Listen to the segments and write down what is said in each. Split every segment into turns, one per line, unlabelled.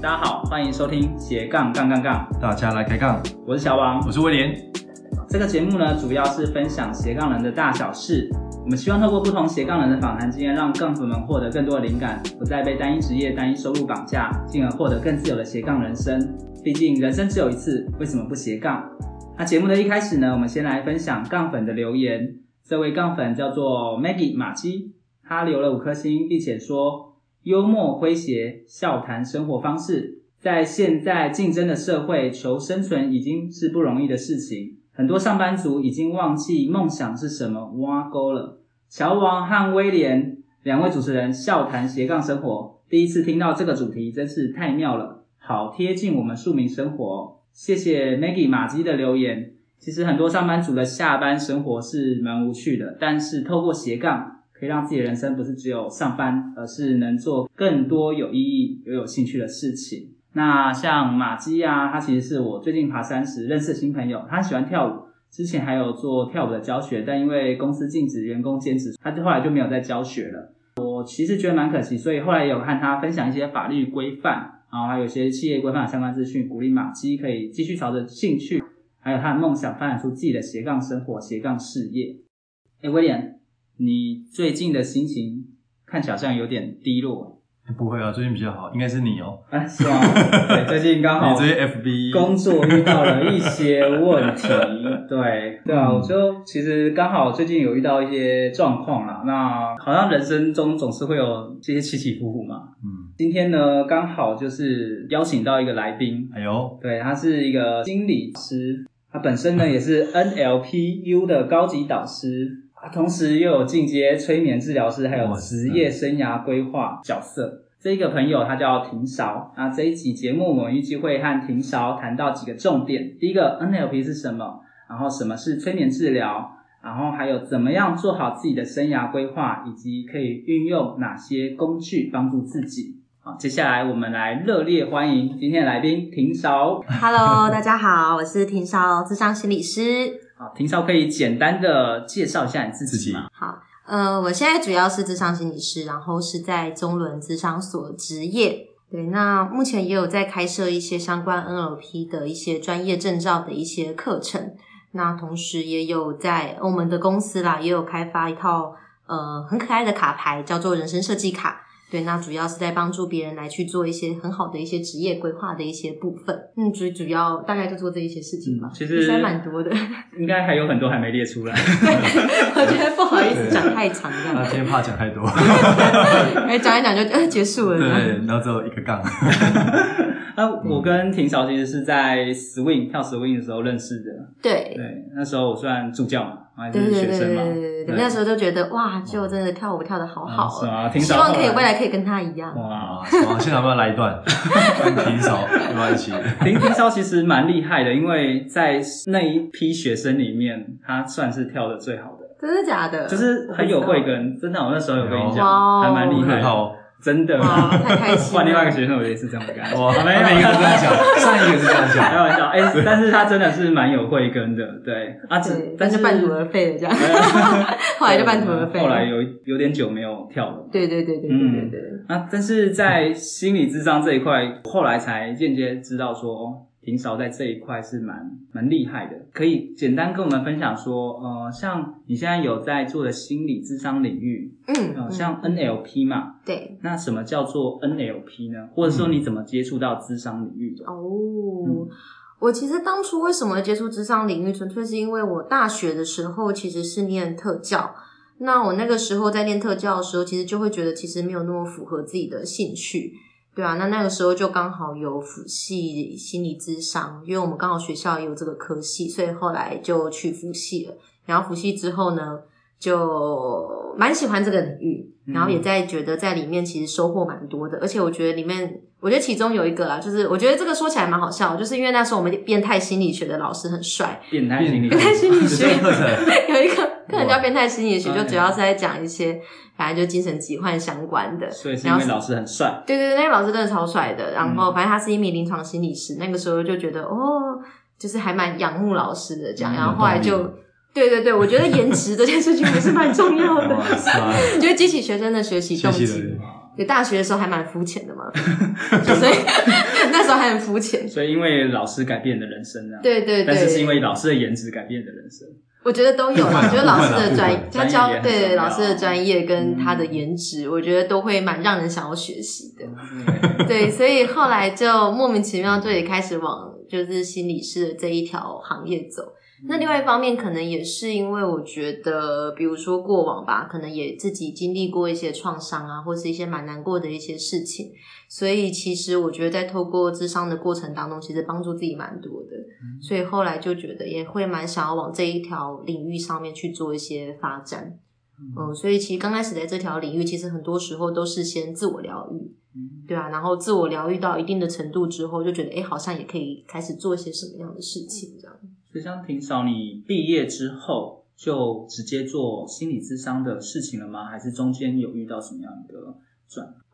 大家好，欢迎收听斜杠杠杠杠，
大家来开杠，
我是小王。
我是威廉。
这个节目呢，主要是分享斜杠人的大小事。我们希望透过不同斜杠人的访谈经验，让杠粉们获得更多的灵感，不再被单一职业、单一收入绑架，进而获得更自由的斜杠人生。毕竟人生只有一次，为什么不斜杠？那节目的一开始呢，我们先来分享杠粉的留言。这位杠粉叫做 Maggie 马基，他留了五颗星，并且说幽默诙谐，笑谈生活方式，在现在竞争的社会，求生存已经是不容易的事情。很多上班族已经忘记梦想是什么，挖沟了。乔王和威廉两位主持人笑谈斜杠生活，第一次听到这个主题，真是太妙了，好贴近我们庶民生活哦、谢谢 Maggie 马基的留言。其实很多上班族的下班生活是蛮无趣的，但是透过斜杠，可以让自己的人生不是只有上班，而是能做更多有意义、又有兴趣的事情。那像马基啊，他其实是我最近爬山时认识的新朋友，他很喜欢跳舞，之前还有做跳舞的教学，但因为公司禁止员工兼职，他就后来就没有再教学了。我其实觉得蛮可惜，所以后来有和他分享一些法律规范，然后还有一些企业规范的相关资讯，鼓励马基可以继续朝着兴趣还有他的梦想发展出自己的斜杠生活、斜杠事业。哎，威廉，你最近的心情看起来好像有点低落
不会啊，最近比较好，应该是你哦。
啊，是吗？对，最近刚好
你最近 FB
工作遇到了一些问题，对对啊，
嗯
我就其实刚好最近有遇到一些状况啦。那好像人生中总是会有这些起起伏伏嘛。
嗯，
今天呢，刚好就是邀请到一个来宾，
哎呦，
对他是一个心理师，他本身呢也是 NLPU 的高级导师。他同时又有进阶催眠治疗师，还有
哇塞
职业生涯规划角色。这个朋友他叫霆韶，那这一期节目我们预计会和霆韶谈到几个重点。第一个 NLP 是什么？然后什么是催眠治疗？然后还有怎么样做好自己的生涯规划，以及可以运用哪些工具帮助自己。好，接下来我们来热烈欢迎今天的来宾霆韶。
Hello，大家 好，我是庭少智商心理师。
好，霆韶可以简单的介绍一下你自己吗？
呃，我现在主要是智商心理师，然后是在中伦智商所执业。对，那目前也有在开设一些相关 NLP 的一些专业证照的一些课程。那同时也有在欧盟的公司啦，也有开发一套呃很可爱的卡牌，叫做人生设计卡。对，那主要是在帮助别人来去做一些很好的一些职业规划的一些部分。嗯，主主要大概就做这一些事情吧
嗯，其实
还蛮多的。
应该还有很多还没列出来。
我觉得不好意思讲太长，这
那
样
今天怕讲太多，
哎讲一讲就呃结束了。
对，然后只有一个杠，
那我跟霆嫂其实是在 swing 跳 swing 的时候认识的。
对
对，那时候我算助教嘛，还
对
是
对
学
对
生
对
嘛。
对对，那时候就觉得哇，就真的跳舞跳的好
嗯
好
是
哦，
啊，霆
希
嫂
望可以
后
未
来
来可以跟他一样。
哇，
啊，好现场要不要来一段？ 平手，要不要一 起？
林霆超其实蛮厉害的，因为在那一批学生里面，他算是跳的最好的，
真的假的？
就是很有慧根。真的，我那时候有跟你讲，
哇哦
还蛮厉害的，
很好，
真的。
哇太开心了
换另外一个学生，我也是这样的感觉。
哇，他
没有
每一个都这样讲， 上一个是这样
开
讲，
玩笑，哎、但是他真的是蛮有慧根的，对啊，只
对，
但
但
是
是半 途而废了这样， 后
后
来就半途而废了。
后来有有点久没有跳了。
对对对对对对对，
啊，但是在心理智商这一块，后来才间接知道说，哦平韶在这一块是蛮蛮厉害的。可以简单跟我们分享说，呃，像你现在有在做的心理智商领域，
嗯
呃，
嗯
像 NLP 嘛，
对
那什么叫做 NLP 呢？或者
嗯
说你怎么接触到智商领域的？
哦
嗯。
我其实当初为什么会接触职场领域，纯粹是因为我大学的时候其实是念特教。那我那个时候在念特教的时候，其实就会觉得其实没有那么符合自己的兴趣，对啊。那那个时候就刚好有辅系心理智商，因为我们刚好学校也有这个科系，所以后来就去辅系了。然后辅系之后呢，就蛮喜欢这个领域，
嗯
然后也在觉得在里面其实收获蛮多的，而且我觉得里面，我觉得其中有一个啦，就是我觉得这个说起来蛮好笑，就是因为那时候我们变态心理学的老师很帅，
变态心理
变态心理
是 这个
学
课程，
有一个课程叫变态心理学，
嗯哇
就主要是在讲一些反正就精神疾患相关的，
所以是因为老师很帅，
对对对，那个老师真的超帅的。然后
嗯
反正他是一名临床心理师，那个时候就觉得哦，就是还蛮仰慕老师的这样。
嗯
然后后来
有动
就，对对对，我觉得颜值这件事情还是蛮重 要的，
哇塞，
就会激起学生的学习
谢
动
谢
机。
了，
对，大学的时候还蛮肤浅的嘛，就所以 那时候还很肤浅。
所以因为老师改变你的人生啊，
对对对，
但是是因为老师的颜值改变你的人生。
我觉得都有啦，我觉得老师的专，他
专业
教
也很重
对
要
老师的专业跟他的
嗯
颜值，我觉得都会蛮让人想要学习的。
嗯
对，所以后来就莫名其妙就也开始往就是心理师的这一条行业走。那另外一方面，可能也是因为我觉得，比如说过往吧，可能也自己经历过一些创伤啊，或是一些蛮难过的一些事情，所以其实我觉得在透过智商的过程当中，其实帮助自己蛮多的。
嗯
所以后来就觉得也会蛮想要往这一条领域上面去做一些发展。嗯，所以其实刚开始在这条领域，其实很多时候都是先自我疗愈，
嗯
对啊，然后自我疗愈到一定的程度之后，就觉得哎，诶好像也可以开始做一些什么样的事情这样。
所以像挺少，你毕业之后就直接做心理咨商的事情了吗？还是中间有遇到什么样的？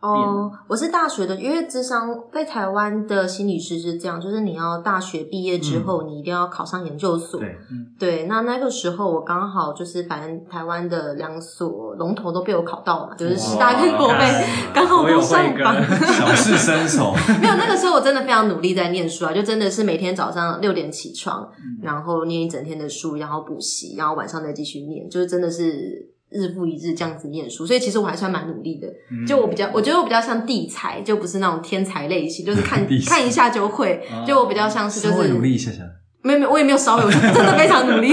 哦，我是大学的，因为智商在台湾的心理师是这样，就是你要大学毕业之后，你一定要考上研究所。
对，
对，那那个时候我刚好就是，反正台湾的两所龙头都被我考到了嘛，就是师大跟国美刚好
我有
都
慧
上
根
榜。
小试身手，
没有，那个时候我真的非常努力在念书啊，就真的是每天早上六点起床，然后念一整天的书，然后补习，然后晚上再继续念，就是真的是日复一日这样子念书。所以其实我还算蛮努力的，就我比较，我觉得我比较像地才，就不是那种天才类型，就是看
地才
看一下就会。就我比较像是 就
稍微
是
努力一下下。
没有没有，我也没有稍微，我是真的非常努力。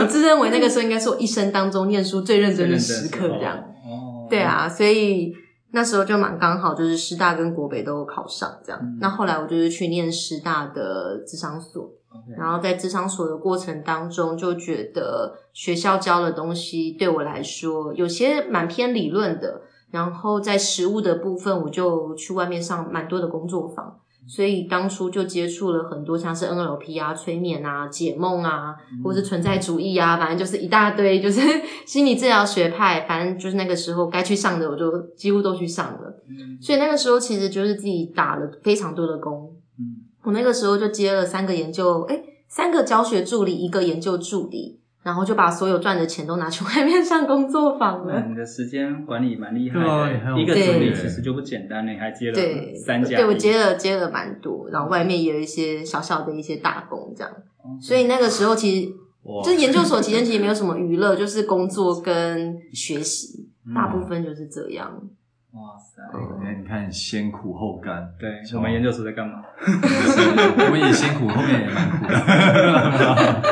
我自认为那个时候应该是我一生当中念书最认真的时刻，这样。。
哦，
对，啊，所以那时候就蛮刚好，就是师大跟国北都有考上这样。
嗯
那后来我就是去念师大的智商所，然后在智商所的过程当中，就觉得学校教的东西对我来说有些蛮偏理论的，然后在实务的部分，我就去外面上蛮多的工作坊。所以当初就接触了很多像是 NLP 啊、催眠啊、解梦啊，或是存在主义啊，反正就是一大堆，就是 心理治疗学派，反正就是那个时候该去上的，我就几乎都去上了。
嗯
所以那个时候其实就是自己打了非常多的工，
嗯
我那个时候就接了三个研究，哎，三个教学助理，一个研究助理，然后就把所有赚的钱都拿去外面上工作坊
那
了。
嗯你的时间管理蛮厉害
对啊你
的，
很有
一个助理
对
其实就不简单了，你还接
对
了，三家，
对我接了接了蛮多，然后外面也有一些小小的一些打工这样，
哦，
所以那个时候其实
哇
就是研究所期间其实没有什么娱乐，就是工作跟学习，
嗯
大部分就是这样。
哇塞，
哎你看，先苦后甘，
对
是
我
吗
们研究所在干嘛？
我们也先苦，后面也蛮苦的。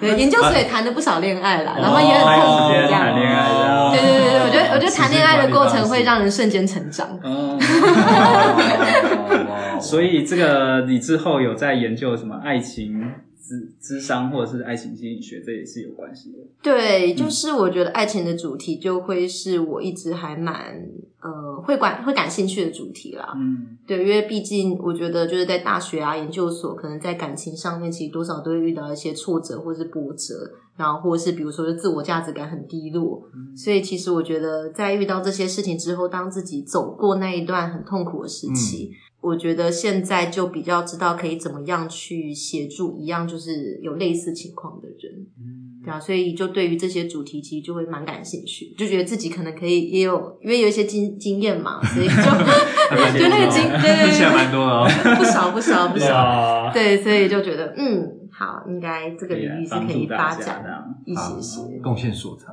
对，研究所也谈了不少恋爱啦，然后也
啊哦
很
时间
不一样
谈。恋爱啊这
哦
样
对对对对，我觉得我觉得谈恋爱的过程会让人瞬间成长。
哦，
哦。
所以这个你之后有在研究什么爱情智智商或者是爱情心理学，这也是有关系的。
对，就
嗯
是我觉得爱情的主题就会是我一直还蛮呃会感会感兴趣的主题啦。
嗯
对，因为毕竟我觉得就是在大学啊、研究所，可能在感情上面其实多少都会遇到一些挫折或是波折，然后或是比如说是自我价值感很低落，
嗯
所以其实我觉得在遇到这些事情之后，当自己走过那一段很痛苦的时期。我觉得现在就比较知道可以怎么样去协助一样就是有类似情况的人，
嗯
对啊，所以就对于这些主题其实就会蛮感兴趣，就觉得自己可能可以也有，因为有一些经经验嘛，所以就就那 个经对对
听起来蛮
对
多的哦。
对， 不少不少不少，
哇，
对，所以就觉得嗯，好，应该这个领域是可以发
啊帮助大家这
展
样
一些些，
贡献所长，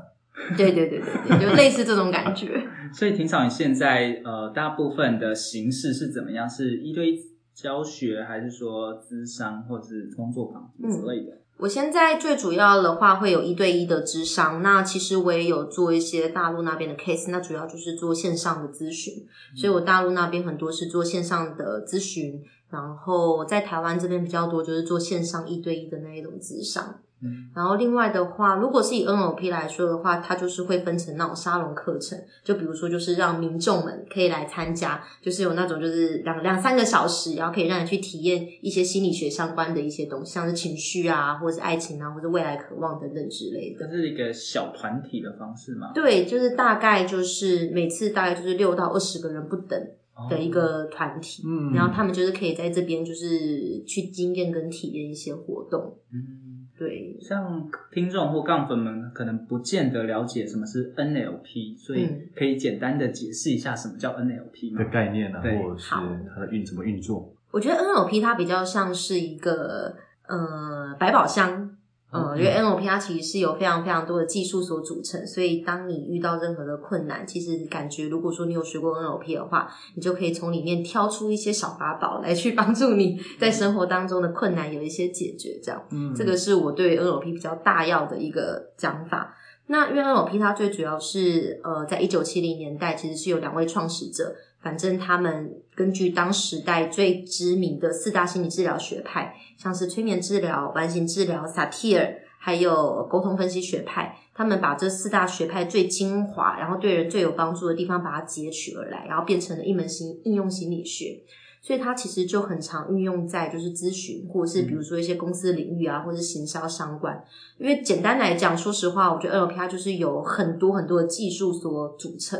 对对对对对，就类似这种感觉。
所以庭长，你现在呃，大部分的形式是怎么样？是一对一教学，还是说咨商，或者是工作坊
嗯
什么之类的？
我现在最主要的话会有一对一的智商，那其实我也有做一些大陆那边的 case，那主要就是做线上的咨询，所以我大陆那边很多是做线上的咨询，然后在台湾这边比较多就是做线上一对一的那一种智商。
嗯
然后另外的话，如果是以 NLP 来说的话，它就是会分成那种沙龙课程，就比如说就是让民众们可以来参加，就是有那种就是两两三个小时，然后可以让你去体验一些心理学相关的一些东西，像是情绪啊，或是爱情啊，或是未来渴望等等之类
这
的。
是一个小团体的方式吗？
对，就是大概就是每次大概就是六到二十个人不等
哦
的一个团体，
嗯
然后他们就是可以在这边就是去经验跟体验一些活动。
嗯
对，
像听众或杠粉们可能不见得了解什么是 NLP，所以
嗯
可以简单的解释一下什么叫 NLP 吗
的？概念啊，
对
或者是它的运怎么运作，
我觉得 NLP 它比较像是一个呃百宝箱。嗯，我觉得 NLP 它其实是由非常非常多的技术所组成，所以当你遇到任何的困难，其实感觉如果说你有学过 NLP 的话，你就可以从里面挑出一些小法宝来去帮助你在生活当中的困难有一些解决。这样，
嗯
这个是我对 NLP 比较大要的一个讲法。那因为 NLP 它最主要是呃，在一九七零年代其实是有两位创始者，反正他们根据当时代最知名的四大心理治疗学派，像是催眠治疗、完形治疗、萨提尔，还有沟通分析学派，他们把这四大学派最精华，然后对人最有帮助的地方，把它截取而来，然后变成了一门心应用心理学。所以它其实就很常运用在就是咨询，或者是比如说一些公司领域啊，或者行销相关。因为简单来讲，说实话，我觉得 NLP 它就是有很多很多的技术所组成。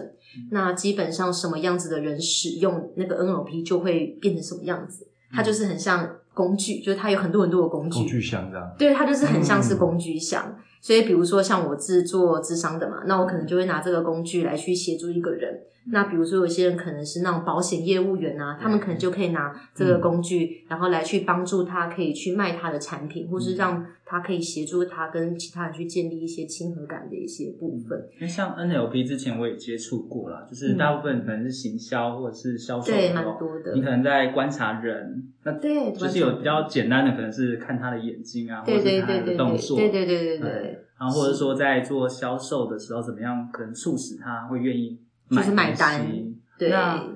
那基本上什么样子的人使用那个 NLP 就会变成什么样子，它就是很像工具，就是它有很多很多的工具。
工具箱这样，
对，它就是很像
嗯
是工具箱。所以，比如说像我是做智商的嘛，那我可能就会拿这个工具来去协助一个人。那比如说有些人可能是那种保险业务员啊，他
嗯
们可能就可以拿这个工具，然后来去帮助他可以去卖他的产品，或
嗯
是让他可以协助他跟其他人去建立一些亲和感的一些部分。
因为像 NLP 之前我也接触过啦，就是
嗯
大部分可能是行销或者是销售
对，
的
蛮
时候
多的
你。可能在观察人，那
对，
就是有比较简单的，可能是看他的眼睛啊，或
对
者
对
是
对
他
对
的
对
动作，啊
对对对对对
对，然后或者说在做销售的时候，怎么样可能促使他会愿意
就
买
是买单
东西
对
嗯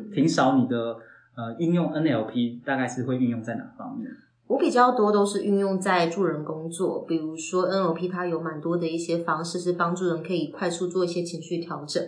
那平少你的呃运用 NLP 大概是会运用在哪方面？
我比较多都是运用在助人工作，比如说 NLP，它有蛮多的一些方式是帮助人可以快速做一些情绪调整。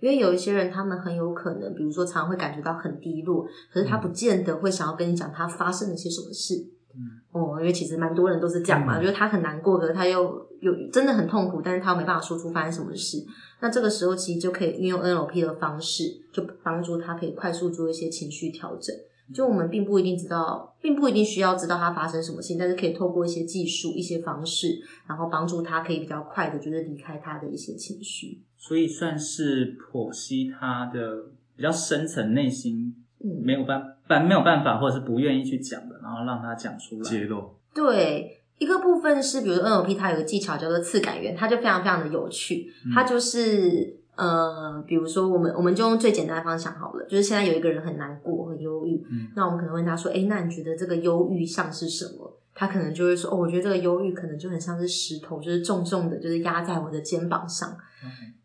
因为有一些人，他们很有可能，比如说常常会感觉到很低落，可是他不见得会想要跟你讲他发生了些什么事。
嗯
哦，因为其实蛮多人都是这样嘛，
嗯
就是他很难过，可是他又有真的很痛苦，但是他没办法说出发生什么事。那这个时候其实就可以运用 NLP 的方式，就帮助他可以快速做一些情绪调整。就我们并不一定知道，并不一定需要知道他发生什么事情，但是可以透过一些技术、一些方式，然后帮助他可以比较快的，就是离开他的一些情绪。
所以算是剖析他的比较深层内心
嗯，
没有办办没有办法，或者是不愿意去讲的，然后让他讲出来。
揭露，
对，一个部分是，比如说 NLP 它有个技巧叫做次感源，它就非常非常的有趣，
嗯
它就是。呃，比如说我们我们就用最简单的方向好了，就是现在有一个人很难过、很忧郁，
嗯
那我们可能问他说：“哎，那你觉得这个忧郁像是什么？”他可能就会说：“哦，我觉得这个忧郁可能就很像是石头，就是重重的，就是压在我的肩膀上。”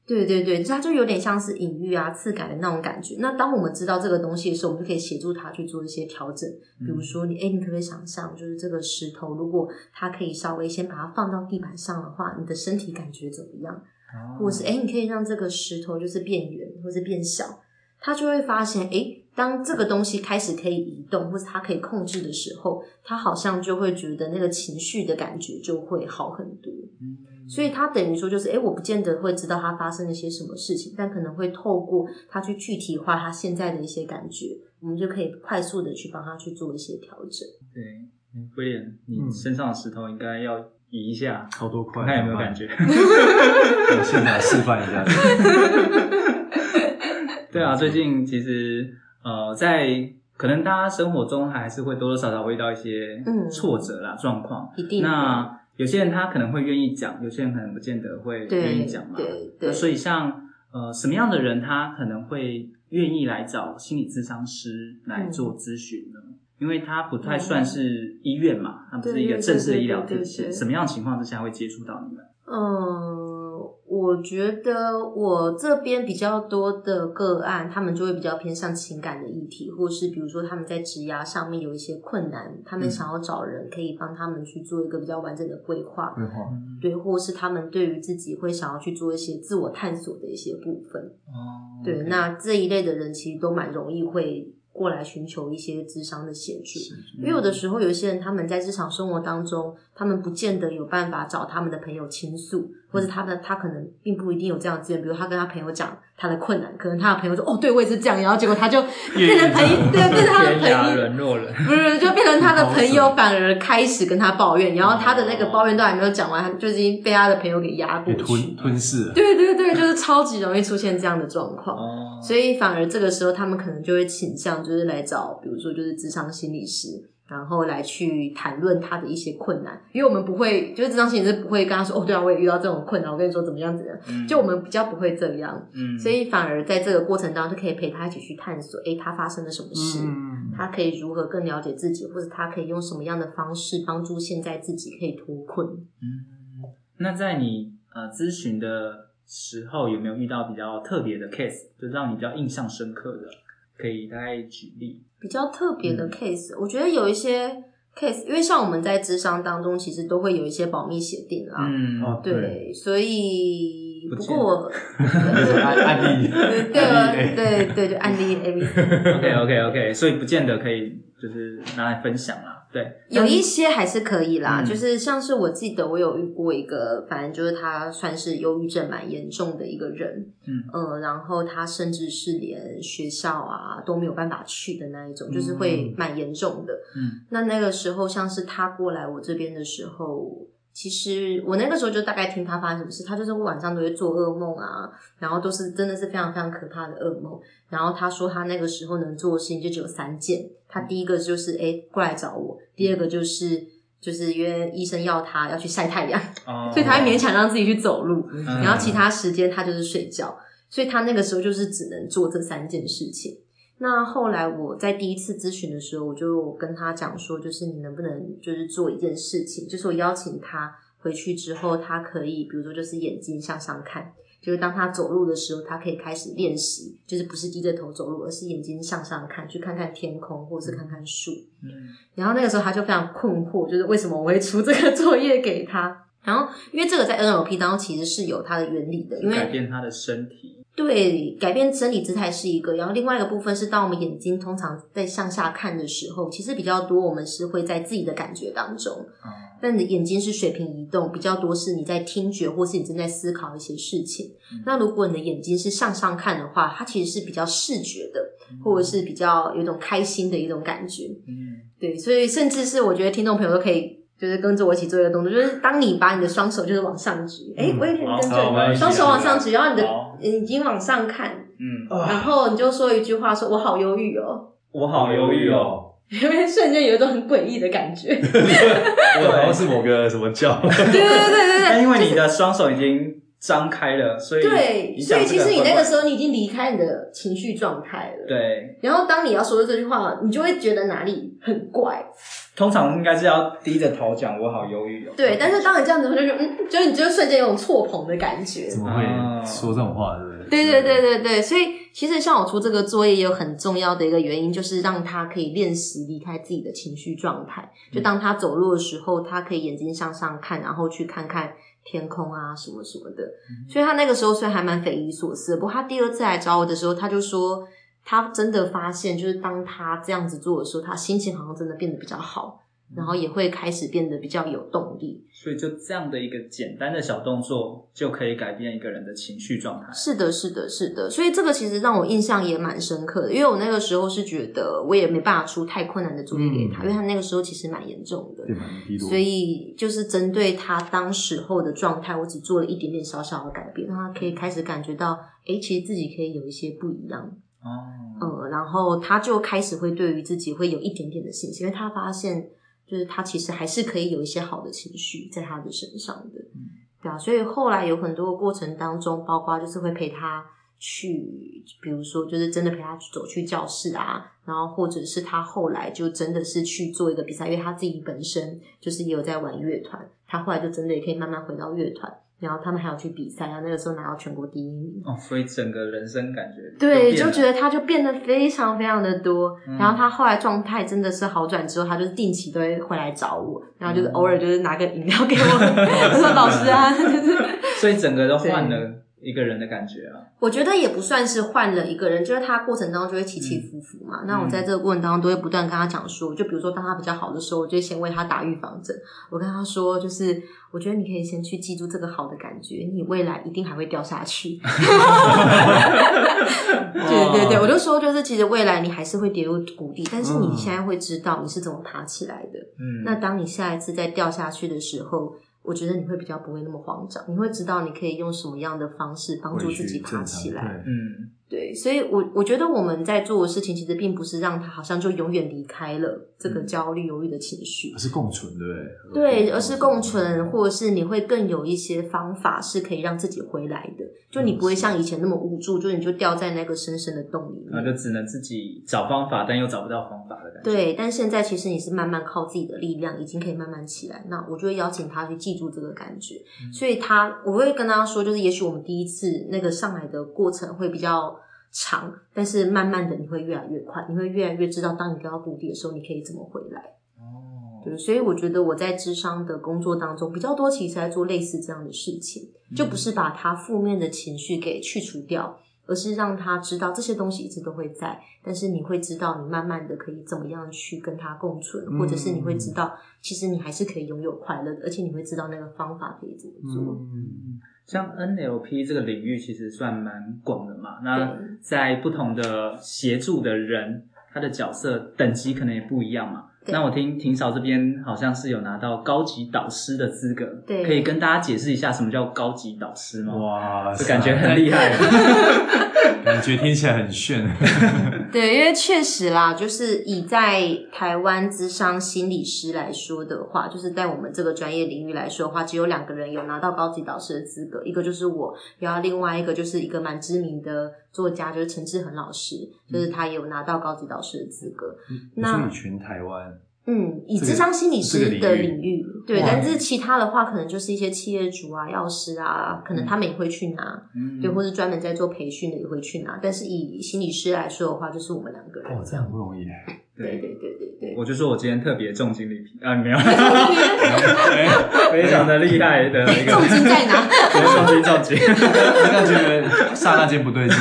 对对对，它就有点像是隐喻啊、次感的那种感觉。那当我们知道这个东西的时候，我们就可以协助他去做一些调整。比
嗯
如说你，哎，你可不可以想象，就是这个石头，如果它可以稍微先把它放到地板上的话，你的身体感觉怎么样？
嗯
或是哎，诶你可以让这个石头就是变圆或是变小，他就会发现，哎，当这个东西开始可以移动，或是它可以控制的时候，他好像就会觉得那个情绪的感觉就会好很多。
嗯
所以他等于说就是，哎，我不见得会知道他发生了些什么事情，但可能会透过他去具体化他现在的一些感觉，我们就可以快速的去帮他去做一些调整。
对，威廉，你
嗯
身上的石头应该要移一下，
好多
啊
块，
看看有没有感？觉。
我现在啊示范一下，
对啊，最近其实呃，在可能大家生活中还是会多多少少会遇到一些
嗯
挫折啦、状况。
一定的
那有些人他可能会愿意讲，有些人可能不见得会愿意
对
讲嘛。
对
那
对，
所以像呃什么样的人，他可能会愿意来找心理咨商师来做咨询呢？
嗯
因为他不太算是医院嘛，他不是一个正式的医疗体
对对对对对
系，
对
什么样的情况之下会接触到你们？
嗯，我觉得我这边比较多的个案，他们就会比较偏向情感的议题，或是比如说他们在职涯上面有一些困难，他们
嗯
想要找人可以帮他们去做一个比较完整的规划，
规划，
对，或是他们对于自己会想要去做一些自我探索的一些部分。
哦
对，那这一类的人其实都蛮容易会过来寻求一些智商的协助。因为
嗯
有的时候有一些人他们在日常生活当中，他们不见得有办法找他们的朋友倾诉，或者他的他可能并不一定有这样的资源，比如他跟他朋友讲他的困难，可能他的朋友说哦，对我也是这样，然后结果他就变成朋友，对，变成他的
天涯
朋友，
沦落人，
不是，就变成他的朋
好
友反而开始跟他抱怨，然后他的那个抱怨都还没有讲完，他就已经被他的朋友给压过
给
去
吞。吞
啊
噬了。
对对对，就是超级容易出现这样的状况。
哦，
所以反而这个时候他们可能就会倾向就是来找，比如说就是智商心理师，然后来去谈论他的一些困难，因为我们不会就是智商心理师不会跟他说哦，对啊，我也遇到这种困难，我跟你说怎么样怎么样，
嗯
就我们比较不会这样，
嗯，
所以反而在这个过程当中就可以陪他一起去探索，诶，他发生了什么事。
嗯，
他可以如何更了解自己，或者他可以用什么样的方式帮助现在自己可以脱困？
那在你呃咨询的时候，有没有遇到比较特别的 case，就让你比较印象深刻的？可以大概举例。
比较特别的
嗯
case，、我觉得有一些 case，因为像我们在智商当中，其实都会有一些保密协定啦，
嗯
哦
对，所以
不
不
见
过我
案案例，
对
案例
对
A
对对，就案例 A B C，
，OK OK OK，所以不见得可以就是拿来分享啦。对，
有一些还是可以啦，
嗯
就是像是我记得我有遇过一个，反正就是他算是忧郁症蛮严重的一个人，
嗯
呃，然后他甚至是连学校啊都没有办法去的那一种，就是会蛮严重的。
嗯，
那那个时候像是他过来我这边的时候。其实我那个时候就大概听他发生什么事，他就是晚上都会做噩梦啊，然后都是真的是非常非常可怕的噩梦。然后他说他那个时候能做的事情就只有三件，他第一个就是哎、诶过来找我，第二个就是就是因为医生要他要去晒太阳，
哦，
所以他会勉强让自己去走路，
嗯
然后其他时间他就是睡觉，所以他那个时候就是只能做这三件事情。那后来我在第一次咨询的时候，我就跟他讲说，就是你能不能就是做一件事情，就是我邀请他回去之后，他可以比如说就是眼睛向上看，就是当他走路的时候，他可以开始练习，就是不是低着头走路，而是眼睛向上看，去看看天空或是看看树。
嗯
然后那个时候他就非常困惑，就是为什么我会出这个作业给他？然后因为这个在 NLP 当中其实是有它的原理的，因
改
为
变他的身体，
对改变生理姿态是一个，然后另外一个部分是当我们眼睛通常在向下看的时候，其实比较多我们是会在自己的感觉当中，
哦，
但你的眼睛是水平移动，比较多是你在听觉或是你正在思考一些事情。
嗯
那如果你的眼睛是向上看的话，它其实是比较视觉的，或者是比较有一种开心的一种感觉。
嗯，
对，所以甚至是我觉得听众朋友都可以，就是跟着我一起做一个动作，就是当你把你的双手就是往上举，哎、
嗯
我有点跟
好好我们一起
着你，双手往上举，然后你的
好
眼睛往上看，
嗯，
啊
然后你就说一句话说，我好忧郁哦，
我好犹豫哦，，
因为瞬间有一种很诡异的感觉。 对
我好像是某个什么教，
对对对对
但
对。
因为你的双手已经张开了， 所以
对，
你
所
讲
以
这
其实你那个
会
时候你已经离开你的情绪状态
不
了。
会，对，
然后当你要说这句话，你就会觉得哪里很怪。
通常应该是要低着头讲我好犹豫哦，
对，但是当你这样子的时候，就嗯，就你就瞬间有种错棚的感觉。
怎么
啊
会说这种话，对不对？
对
嗯
对对对对，所以其实像我出这个作业也有很重要的一个原因，就是让他可以练习离开自己的情绪状态。就当他走路的时候，他可以眼睛向上看，然后去看看天空啊什么什么的。所以他那个时候虽然还蛮匪夷所思的，不过他第二次来找我的时候，他就说他真的发现，就是当他这样子做的时候，他心情好像真的变得比较好，然后也会开始变得比较有动力。
嗯所以就这样的一个简单的小动作，就可以改变一个人的情绪状态。
是的，是的，是的，所以这个其实让我印象也蛮深刻的，因为我那个时候是觉得我也没办法出太困难的作业给他，
嗯
因为他那个时候其实蛮严重的
对，，蛮低落。
所以就是针对他当时候的状态，我只做了一点点小小的改变，让他可以开始感觉到，诶，其实自己可以有一些不一样，
哦，
呃，然后他就开始会对于自己会有一点点的信心，因为他发现就是他其实还是可以有一些好的情绪在他的身上的，对啊，所以后来有很多的过程当中，包括就是会陪他去，比如说就是真的陪他走去教室啊，然后或者是他后来就真的是去做一个比赛，因为他自己本身就是也有在玩乐团，他后来就真的也可以慢慢回到乐团。然后他们还有去比赛，然后那个时候拿到全国第一名，
哦，所以整个人生感觉
对，
变
就
了
觉得他就变得非常非常的多，
嗯
然后他后来状态真的是好转之后，他就是定期都会回来找我，
嗯
然后就是偶尔就是拿个饮料给我，我说老师啊，就是
所以整个都换了一个人的感觉啊。
我觉得也不算是换了一个人，就是他过程当中就会起
嗯
起伏伏嘛。那我在这个过程当中都会不断跟他讲说，就比如说当他比较好的时候，我就先为他打预防针。我跟他说，就是我觉得你可以先去记住这个好的感觉，你未来一定还会掉下去。 对对
嗯
对，我就说就是其实未来你还是会跌入谷底，但是你现在会知道你是怎么爬起来的。
嗯，
那当你下一次再掉下去的时候，我觉得你会比较不会那么慌张，你会知道你可以用什么样的方式帮助自己爬起来。
对
嗯
对，所以我我觉得我们在做的事情，其实并不是让他好像就永远离开了这个焦虑、犹豫的情绪
嗯
而，是共存，对不对？
对，而是共存，或者是你会更有一些方法是可以让自己回来的，就你不会像以前那么无助，就你就掉在那个深深的洞里
然
面
后。就只能自己找方法，但又找不到方法的感觉。
对，但现在其实你是慢慢靠自己的力量，已经可以慢慢起来。那我就会邀请他去记住这个感觉，
嗯
所以他我会跟他说，就是也许我们第一次那个上来的过程会比较长，但是慢慢的你会越来越快，你会越来越知道，当你掉到谷底的时候，你可以怎么回来。
哦，
对，所以我觉得我在智商的工作当中比较多，其实在做类似这样的事情，就不是把他负面的情绪给去除掉。而是让他知道这些东西一直都会在，但是你会知道你慢慢的可以怎么样去跟他共存，
嗯
或者是你会知道其实你还是可以拥有快乐的，而且你会知道那个方法可以怎么做。
嗯，
像 NLP 这个领域其实算蛮广的嘛，
对
那在不同的协助的人，他的角色等级可能也不一样嘛。
对
那我听婷嫂这边好像是有拿到高级导师的资格，
对
可以跟大家解释一下什么叫高级导师吗？
哇塞，
就感觉很厉 害，
感觉听起来很炫。
对，因为确实啦，就是以在台湾资商心理师来说的话，就是在我们这个专业领域来说的话，只有两个人有拿到高级导师的资格，一个就是我，然后另外一个就是一个蛮知名的作家，就是陈志恒老师，
嗯
就是他也有拿到高级导师的资格。那
你说你全台湾，
嗯，以
这个
智商心理
这个
师
领
的
域
领域，对，
哇
但是其他的话，可能就是一些企业主啊、药师
嗯
啊，可能他们也会去拿，
嗯
对，或是专门在做培训的也会去拿。但是以心理师来说的话，就是我们两个人
哇，，这样不容易。
对对对对对，
我就说我今天特别重金礼品啊，没有，
哎
非常的厉害的一个
重金 在哪？
重金重金。
我感觉刹那间不对劲。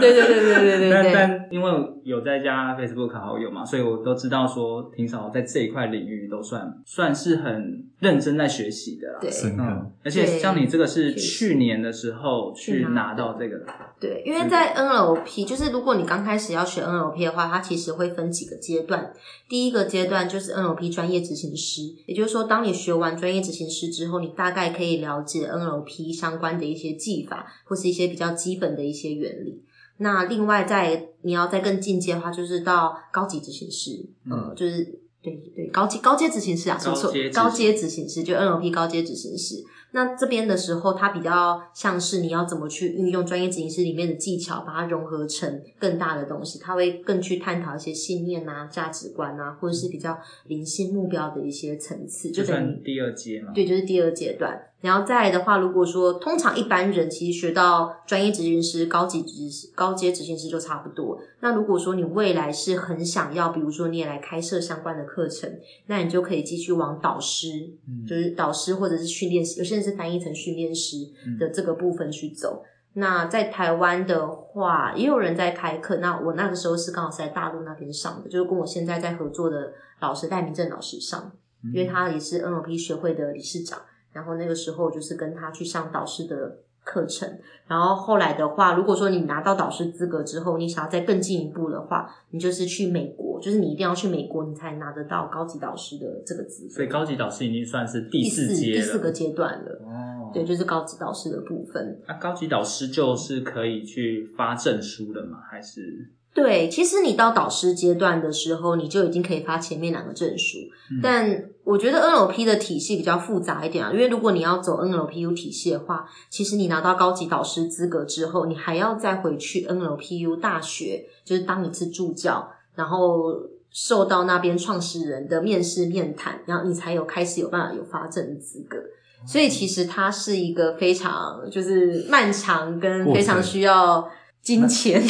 对对对对对对
但
对，
但因为有在加 Facebook 好友嘛，所以我都知道说，挺少在这一块领域都算算是很认真在学习的啦。
对
深刻
嗯，而且像你这个是去年的时候
去
去
拿
拿
的
到这个，
对，因为在 NLP，就是如果你刚开始要
嗯
学 NLP 的话，它其实会分几个阶段。第一个阶段就是 NLP 专业执行师，也就是说，当你学完专业执行师之后，你大概可以了解 NLP 相关的一些技法，或是一些比较基本的一些原理。那另外在你要再更进阶的话，就是到高级执行师，
嗯
呃，就是对对高级高阶执行师啊，说错
高阶，执行
高阶执行师就 NLP 高阶执行师。那这边的时候，它比较像是你要怎么去运用专业执行师里面的技巧，把它融合成更大的东西。它会更去探讨一些信念啊、价值观啊，或者是比较灵性目标的一些层次，
就
就等于
算第二阶嘛。
对，就是第二阶段。然后再来的话，如果说通常一般人其实学到专业执行师、高级执行师、高阶执行师就差不多。那如果说你未来是很想要，比如说你也来开设相关的课程，那你就可以继续往导师，
嗯
就是导师或者是训练师，有些人是翻译成训练师
嗯
的这个部分去走。那在台湾的话，也有人在开课。那我那个时候是刚好是在大陆那边上的，就是跟我现在在合作的老师戴明正老师上。
嗯
因为他也是 NLP 学会的理事长，然后那个时候就是跟他去上导师的课程，然后后来的话，如果说你拿到导师资格之后，你想要再更进一步的话，你就是去美国，就是你一定要去美国，你才拿得到高级导师的这个资格。
所以高级导师已经算是第
第四
四阶
第
了。
四个阶段了，
哦，
对，。就是高级导师的部分。
那高级导师就是可以去发证书的吗？还 是
对，其实你到导师阶段的时候，你就已经可以发前面两个证书。
嗯
但我觉得 NLP 的体系比较复杂一点啊，因为如果你要走 NLPU 体系的话，其实你拿到高级导师资格之后，你还要再回去 NLPU 大学，就是当一次助教，然后受到那边创始人的面试面谈，然后你才有开始有办法有发证的资格。
哦
所以其实它是一个非常就是漫长跟
过程
非常需要金钱。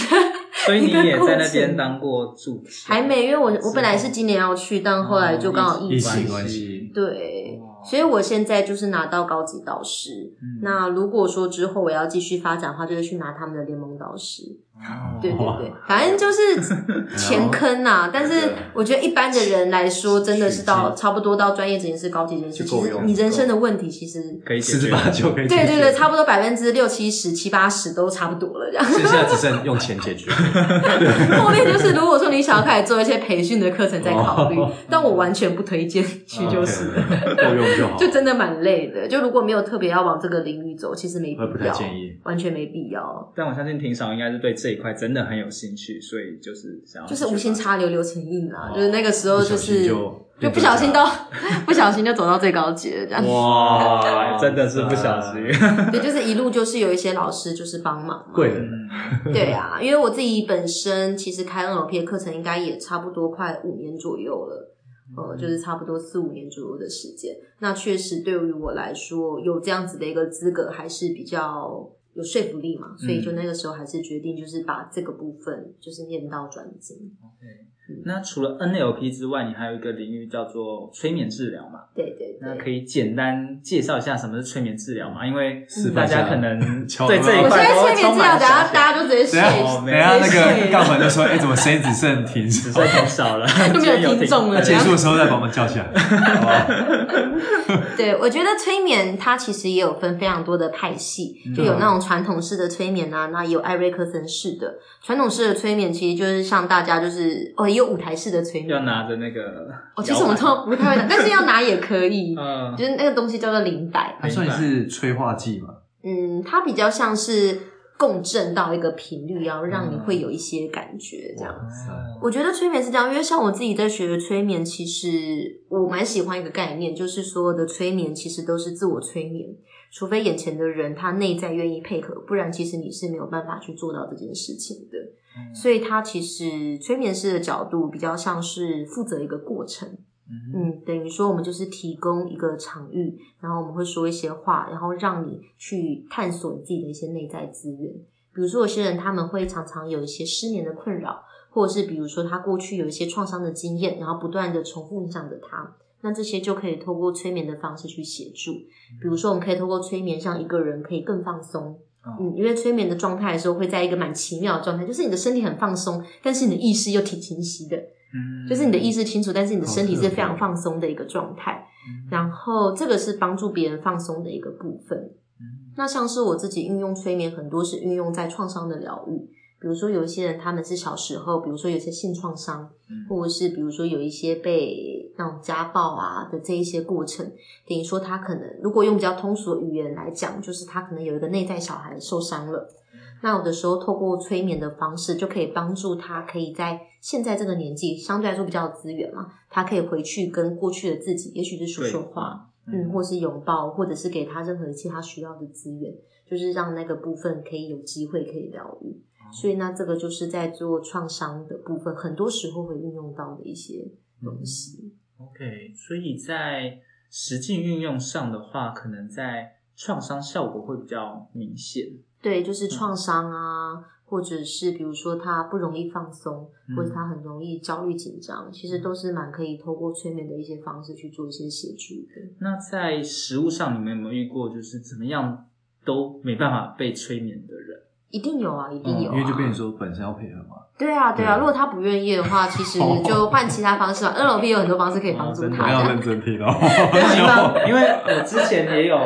所以你也在那
一个过程
边当过助哦教？
还没，因为我
是
我本来是今年要去，但后来就刚好
哦疫
疫
情
情。
关系，
对，所以我现在就是拿到高级导师。
嗯
那如果说之后我要继续发展的话，就会去拿他们的联盟导师。
哦
对对对，反 正就是前坑呐、但是我觉得一般的人来说，真的是到差不多到专业执行师、高级执行师，
就
其
够
实
用
你人生的问题其实。
可以解
十
决
之八九可以解
对
决
对对，，差不多百分之六七十、七八十都差不多了，这样。
剩下只剩用钱解决。
后面就是，如果说你想要开始做一些培训的课程，再考虑。但我完全不推荐去，就是了
哦 OK，够用就好，
就真的蛮累的。就如果没有特别要往这个领域走，其实没
我也不
必
太
要，
建议。啊
完全没必要，
但我相信庭赏应该是对这一块真的很有兴趣，所以就是想要
就是无心插柳柳成荫
啊
啦。
哦
就是那个时候，就是就
就
不小心到 不小心就走到最高级了，这样。
哇
哎，真的是不小心。
对，就是一路就是有一些老师就是帮忙嘛。
贵了。
对啊，因为我自己本身其实开 NLP 的课程应该也差不多快五年左右了，
嗯
呃，就是差不多四五年左右的时间。那确实对于我来说，有这样子的一个资格还是比较有说服力
嗯
嘛，所以就那个时候还是决定就是把这个部分就是念到专精。
那除了 NLP 之外，你还有一个领域叫做催眠治疗嘛？
对对
那
对。
可以简单介绍一下什么是催眠治疗吗？因为
示
大
范一下
家可能
敲
对这一
我现
块
在
都
催眠
充
治疗，
满
等下
遐想
大家都直接
等
睡
一下，
哦
等
没
一下那
谁
个杠粉就说：“哎，怎么谁只剩停止
只？”剩很少了，今
就没有
天有
听众了
对
结束的时候再把我们叫起 来。
哦对，我觉得催眠它其实也有分非常多的派系，就
嗯
有那种传统式的催眠啊，那也有艾瑞克森式的。传统式的催眠其实就是像大家就是哦，也有舞台式的催
要
眠。
拿着那个
哦，其实我们都不太会拿，但是要拿也可以，
嗯
就是那个东西叫做灵摆。
它算是催化剂嘛？
嗯，它比较像是共振到一个频率，然后让你
嗯
会有一些感觉这样。我觉得催眠是这样，因为像我自己在学催眠，其实我蛮喜欢一个概念，就是所有的催眠其实都是自我催眠，除非眼前的人他内在愿意配合，不然其实你是没有办法去做到这件事情的。所以它其实催眠师的角度比较像是负责一个过程，嗯，等于说我们就是提供一个场域，然后我们会说一些话，然后让你去探索你自己的一些内在资源。比如说有些人他们会常常有一些失眠的困扰，或者是比如说他过去有一些创伤的经验，然后不断的重复影响着他。那这些就可以透过催眠的方式去协助，比如说我们可以透过催眠让一个人可以更放松。嗯，因为催眠的状态的时候，会在一个蛮奇妙的状态，就是你的身体很放松，但是你的意识又挺清晰的。就是你的意识清楚，但是你的身体是非常放松的一个状态。然后这个是帮助别人放松的一个部分。那像是我自己运用催眠，很多是运用在创伤的疗愈，比如说有一些人他们是小时候，比如说有一些性创伤，
嗯
或者是比如说有一些被那种家暴啊的这一些过程，等于说他可能如果用比较通俗的语言来讲，就是他可能有一个内在小孩受伤了。那有的时候透过催眠的方式，就可以帮助他可以在现在这个年纪相对来说比较有资源嘛，他可以回去跟过去的自己，也许是说说话，嗯，或是拥抱，或者是给他任何一切他需要的资源，就是让那个部分可以有机会可以疗愈。所以那这个就是在做创伤的部分，很多时候会运用到的一些东西。
OK，所以在实际运用上的话，可能在创伤效果会比较明显。
对，就是创伤啊，或者是比如说他不容易放松，或者他很容易焦虑紧张，其实都是蛮可以透过催眠的一些方式去做一些协助的。
那在食物上，你们有没有遇过就是怎么样都没办法被催眠的人？
一定有啊，一定
嗯
有、啊
因为就变成说本身要配合嘛。
对啊，对
对
啊。
啊
如果他不愿意的话，其实就换其他方式嘛。NLP 有很多方式可以帮助
哦真的
他
不要
的。
认真 听哦。
因为我之前也有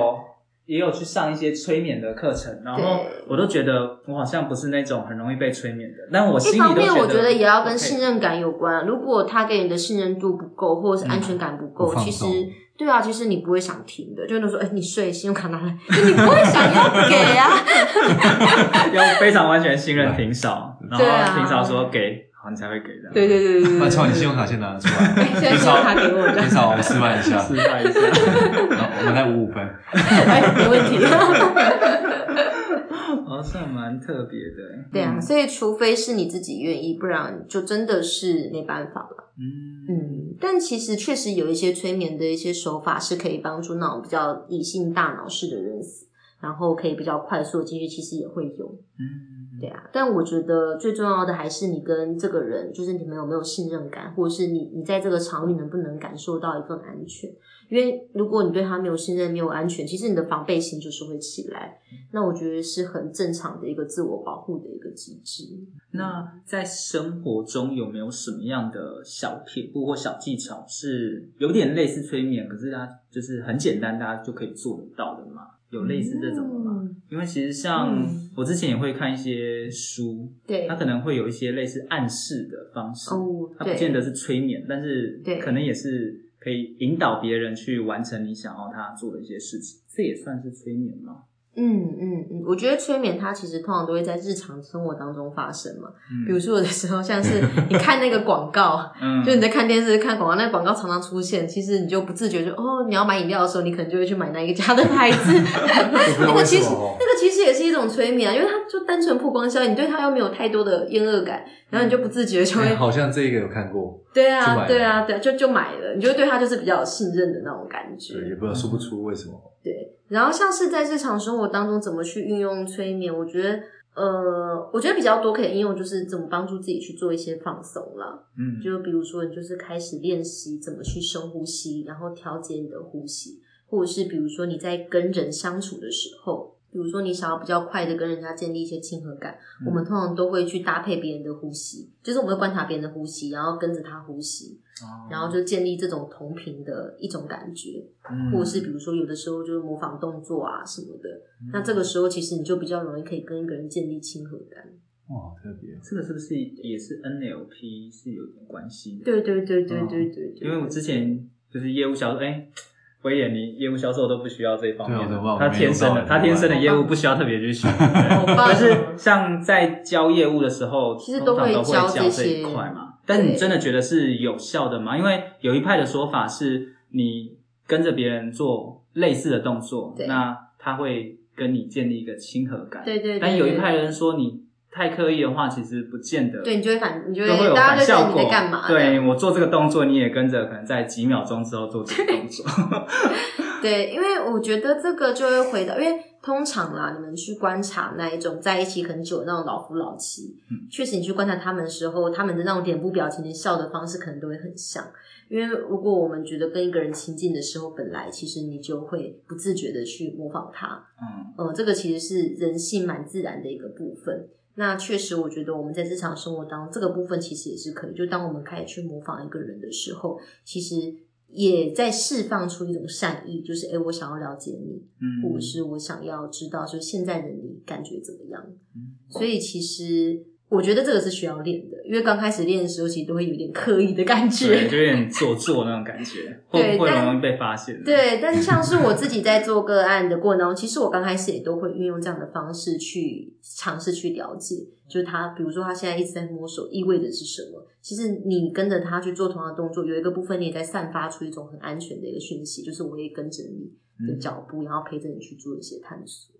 也有去上一些催眠的课程，然后
对
我都觉得我好像不是那种很容易被催眠的，但我心
一
里都
方面，我
觉
觉得也要跟
OK
信任感有关。如果他给你的信任度不够，或者是安全感不够，
嗯不放
其实
松
对啊，其实你不会想停的。就是说，哎，你睡，信用卡拿来，就你不会想要给啊。
要非常完全信任庭嫂，然后
对啊
庭嫂说给，好你才会给的。
对对对对对
那
对。哎
操，你信用卡先拿得出来，
现在信用卡给我这样
至少我示范一下，
示范一下，
然后我们在五五分。
哎，没问题。
好像哦蛮特别的。嗯
对啊，所以除非是你自己愿意，不然就真的是没办法了。
嗯，
嗯，但其实确实有一些催眠的一些手法是可以帮助那种比较理性大脑式的人思然后可以比较快速地进去，其实也会有。
嗯，
对啊，但我觉得最重要的还是你跟这个人，就是你们有没有信任感，或者是你你在这个场域能不能感受到一份安全。因为如果你对他没有信任、没有安全，其实你的防备心就是会起来。那我觉得是很正常的一个自我保护的一个机制。
那在生活中有没有什么样的小撇步或小技巧是有点类似催眠，可是它就是很简单，大家就可以做得到的吗？有类似这种的吗？
嗯
因为其实像
嗯
我之前也会看一些书，
对，
它可能会有一些类似暗示的方式，
哦，
它不
对，
见得是催眠，但是
对
可能也是可以引导别人去完成你想要他做的一些事情，这也算是催眠吗？
嗯嗯嗯，我觉得催眠它其实通常都会在日常生活当中发生嘛。
嗯
比如说有的时候像是你看那个广告，
嗯，
就你在看电视看广告，那广告常常出现，其实你就不自觉就哦，你要买饮料的时候，你可能就会去买那一家的 牌子。
不知
那
道
个
为
其
什
实
么哦
那。个其实也是一种催眠啊，因为它就单纯曝光效应，你对它又没有太多的厌恶感，然后你就不自觉就会
哎好像这个有看过，
对
就
啊
买了
对啊对啊，就就买了，你就对它就是比较有信任的那种感觉。
对，也不知道说不出为什么。
对，然后像是在日常生活当中怎么去运用催眠，我觉得，呃，我觉得比较多可以应用就是怎么帮助自己去做一些放松啦。
嗯，
就比如说，你就是开始练习怎么去深呼吸，然后调节你的呼吸，或者是比如说你在跟人相处的时候，比如说你想要比较快的跟人家建立一些亲和感，我
嗯
们通常都会去搭配别人的呼吸，就是我们会观察别人的呼吸，然后跟着他呼吸，
哦
然后就建立这种同频的一种感觉。
嗯
或者是比如说有的时候就是模仿动作啊什么的，那
嗯
这个时候其实你就比较容易可以跟一个人建立亲和感。
哇，特别。
这个是不是也是 NLP 是有点关系的？
对对对对
哦
对对对，
因为我之前就是业务销售，哎、威廉，你业务销售都不需要这一方面
对啊对啊，
他天生
我没
的，
有
他天生的
好棒
业务不需要特别去 学。
好棒哦
但是像在教业务的时候，
其实
通
都
常
会
都会
教
教
这
这一
些
块嘛。但你真的觉得是有效的吗？因为有一派的说法是，你跟着别人做类似的动作
对，
那他会跟你建立一个亲和感。
对对对，
但有一
对
派人说，你太刻意的话，其实不见得。
对你就会反，你就
都会
会
有
大家
反
就觉
效
得你
果
在干嘛？
对我做这个动作，你也跟着，可能在几秒钟之后做这个动作。
对，因为我觉得这个就会回到，因为通常啦，你们去观察那一种在一起很久的那种老夫老妻，
嗯
确实你去观察他们的时候，他们的那种脸部表情、连笑的方式可能都会很像。因为如果我们觉得跟一个人亲近的时候，本来其实你就会不自觉的去模仿他，
嗯
呃，这个其实是人性蛮自然的一个部分。那确实，我觉得我们在日常生活当中，这个部分其实也是可以。就当我们开始去模仿一个人的时候，其实也在释放出一种善意，就是诶，我想要了解你，
嗯，
或者是我想要知道，就是现在的你感觉怎么样
嗯。
所以其实我觉得这个是需要练的，因为刚开始练的时候，其实都会有点刻意的感
对，
觉。
就有点做作那种感 觉，会
对
会
但
容易被发现。，
对，但是像是我自己在做个案的过程当中，其实我刚开始也都会运用这样的方式去尝试去了解，就是他，比如说他现在一直在摸索，意味着是什么？其实你跟着他去做同样的动作，有一个部分你也在散发出一种很安全的一个讯息，就是我也跟着你的
嗯
脚步，然后陪着你去做一些探索。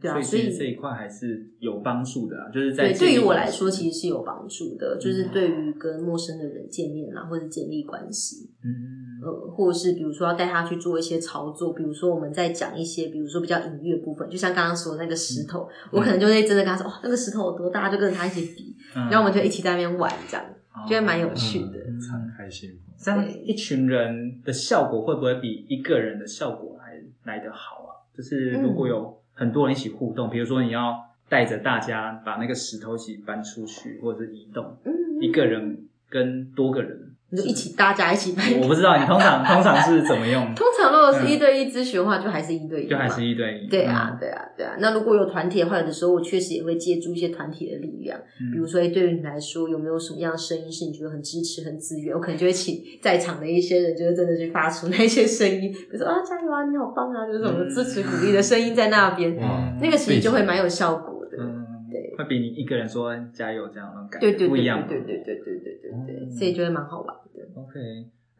对啊
所以
所以
其实这一块还是有帮助的啊，就是在
对，对于我来说，
实
其实是有帮助的，就是
嗯
对于跟陌生的人见面啊，或者建立关系，
嗯
呃，或者是比如说要带他去做一些操作，比如说我们在讲一些，比如说比较隐喻的部分，就像刚刚说的那个石头，我可能就会真的跟他说，哇、那个石头有多大，就跟着他一起比，
嗯哦
然后我们就一起在那边玩，这样就会蛮有趣的。
嗯敞开心房。
这样一群人的效果会不会比一个人的效果还来得好啊？就是如果有很多人一起互
嗯
动，比如说你要带着大家把那个石头一起搬出去，或者是移动，
嗯，
一个人跟多个人，
你就一起大家一起拍。
我不知道你通 常通常是怎么用，
通常如果是一对一咨询的话，就还是一对一嘛，
就还是一对一。嗯
对啊，对啊，对啊。那如果有团体的话，有的时候我确实也会借助一些团体的力量，
嗯，
比如说，诶对于你来说，有没有什么样的声音是你觉得很支持、很资源？我可能就会请在场的一些人，就是真的去发出那些声音，比如说啊，加油啊，你好棒啊，就是什么支持、鼓励的声音在那边，
哇，
嗯那个其实就会蛮有效果的。
嗯，
对
会比你一个人说加油这样那种感觉
对对
不
对
一样
对
嘛。
对对对对对对对，
嗯
所以就会蛮好玩的。
OK，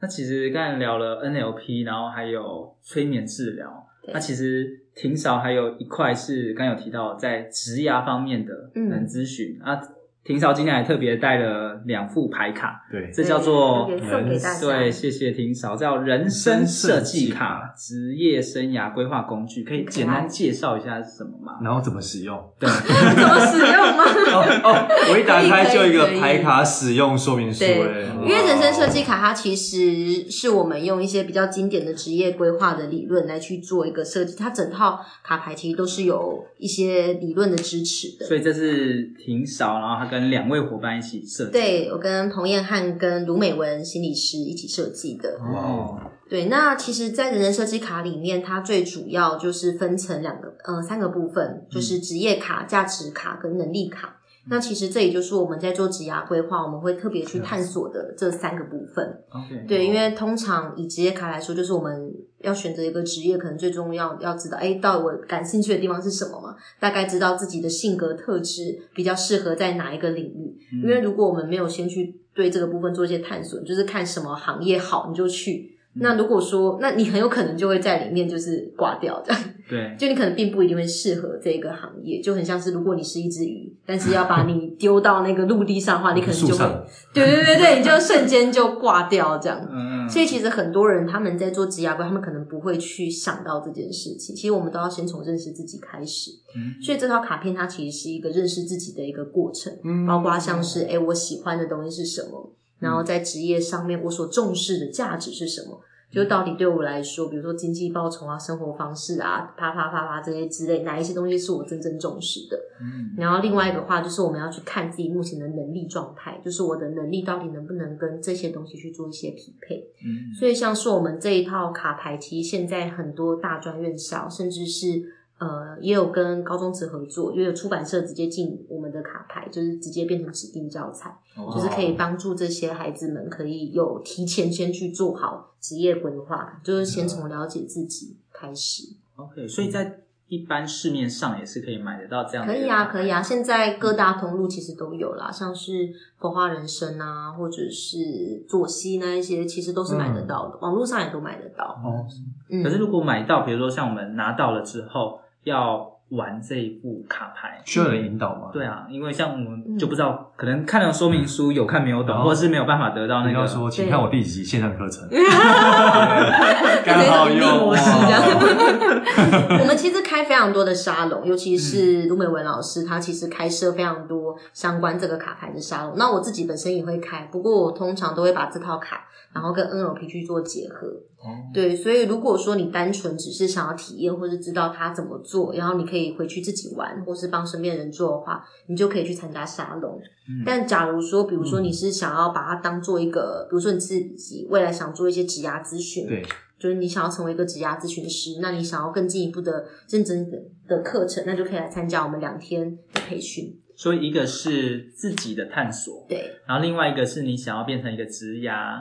那其实刚才聊了 NLP，然后还有催眠治疗，
对
那其实挺少还有一块是刚有提到在职涯方面的
嗯
嗯咨询、啊。霆嫂今天还特别带了两副牌卡，
对，
这叫做
对特别送给大家。
对，谢谢霆嫂，叫人生设计卡，职业生涯规划工具，可以简单介绍一下是什么吗？
然后怎么使用？
对，
怎么使用吗？
哦 哦，我一打开
可以
就一
可以
个牌卡使用说明书，
对
哎
因为人生设计卡它其实是我们用一些比较经典的职业规划的理论来去做一个设计，它整套卡牌其实都是有一些理论的支持的。
所以这是霆嫂，然后她跟两位伙伴一起设计。
对我跟彭燕汉跟卢美文心理师一起设计的。
哇哦，
对，那其实，在人人设计卡里面，它最主要就是分成两个，呃，三个部分，就是职业卡、价值卡跟能力卡。那其实这也就是我们在做职涯规划，我们会特别去探索的这三个部分。
，OK，
对，因为通常以职业卡来说，就是我们要选择一个职业，可能最重要要知道，哎，到底我感兴趣的地方是什么嘛？大概知道自己的性格特质比较适合在哪一个领域。
嗯
因为如果我们没有先去对这个部分做一些探索，就是看什么行业好你就去。那如果说，那你很有可能就会在里面就是挂掉的，
对，
就你可能并不一定会适合这个行业，就很像是如果你是一只鱼，但是要把你丢到那个陆地上的话，你可能
嗯树
就会，
上
对对对对，你就瞬间就挂掉这样。
嗯嗯，
所以其实很多人他们在做职涯规划，他们可能不会去想到这件事情。其实我们都要先从认识自己开始。
嗯
所以这套卡片它其实是一个认识自己的一个过程，
嗯
包括像是诶我喜欢的东西是什么，然后在职业上面我所重视的价值是什么。就到底对我来说，比如说经济报酬啊、生活方式啊、啪啪啪啪这些之类，哪一些东西是我真正重视的？
嗯
然后另外一个话就是我们要去看自己目前的能力状态，就是我的能力到底能不能跟这些东西去做一些匹配。
嗯
所以像是我们这一套卡牌，其实现在很多大专院校，甚至是呃，也有跟高中职合作，也有出版社直接进我们的卡牌，就是直接变成指定教材，
啊
就是
哦
可以帮助这些孩子们可以有提前先去做好职业规划，就是
嗯
先从了解自己开始。
，OK，所以在一般市面上也是可以买得到这样的
可
卡，
以啊，可以啊，现在各大
嗯
通路其实都有啦，像是佛花人生啊，或者是左西那一些，其实都是买得到的，网络上也都买得到。
哦，
嗯，
嗯可是如果买到，比如说像我们拿到了之后，要玩这一副卡牌，
需要人引导吗？
对，啊，因为像我
嗯
们就不知道，可能看了说明书有看没有懂，
哦
或者是没有办法得到那
你要
个。
说，请
对
看我第几集线上课程，
可
刚好
能
用
盈利模式这
哦
样。我们其实开非常多的沙龙，尤其是
嗯
卢美文老师，她其实开设非常多相关这个卡牌的沙龙。那我自己本身也会开，不过我通常都会把这套卡，然后跟 NLP 去做结合。
哦
对，所以如果说你单纯只是想要体验或是知道它怎么做，然后你可以回去自己玩，或是帮身边人做的话，你就可以去参加沙龙。
嗯
但假如说，比如
嗯
说你是想要把它当做一个，比如说你自己未来想做一些职涯咨询，
对，
就是你想要成为一个职涯咨询师，那你想要更进一步的认真的的课程，那就可以来参加我们两天的培训。
所以一个是自己的探索，
对
然后另外一个是你想要变成一个职涯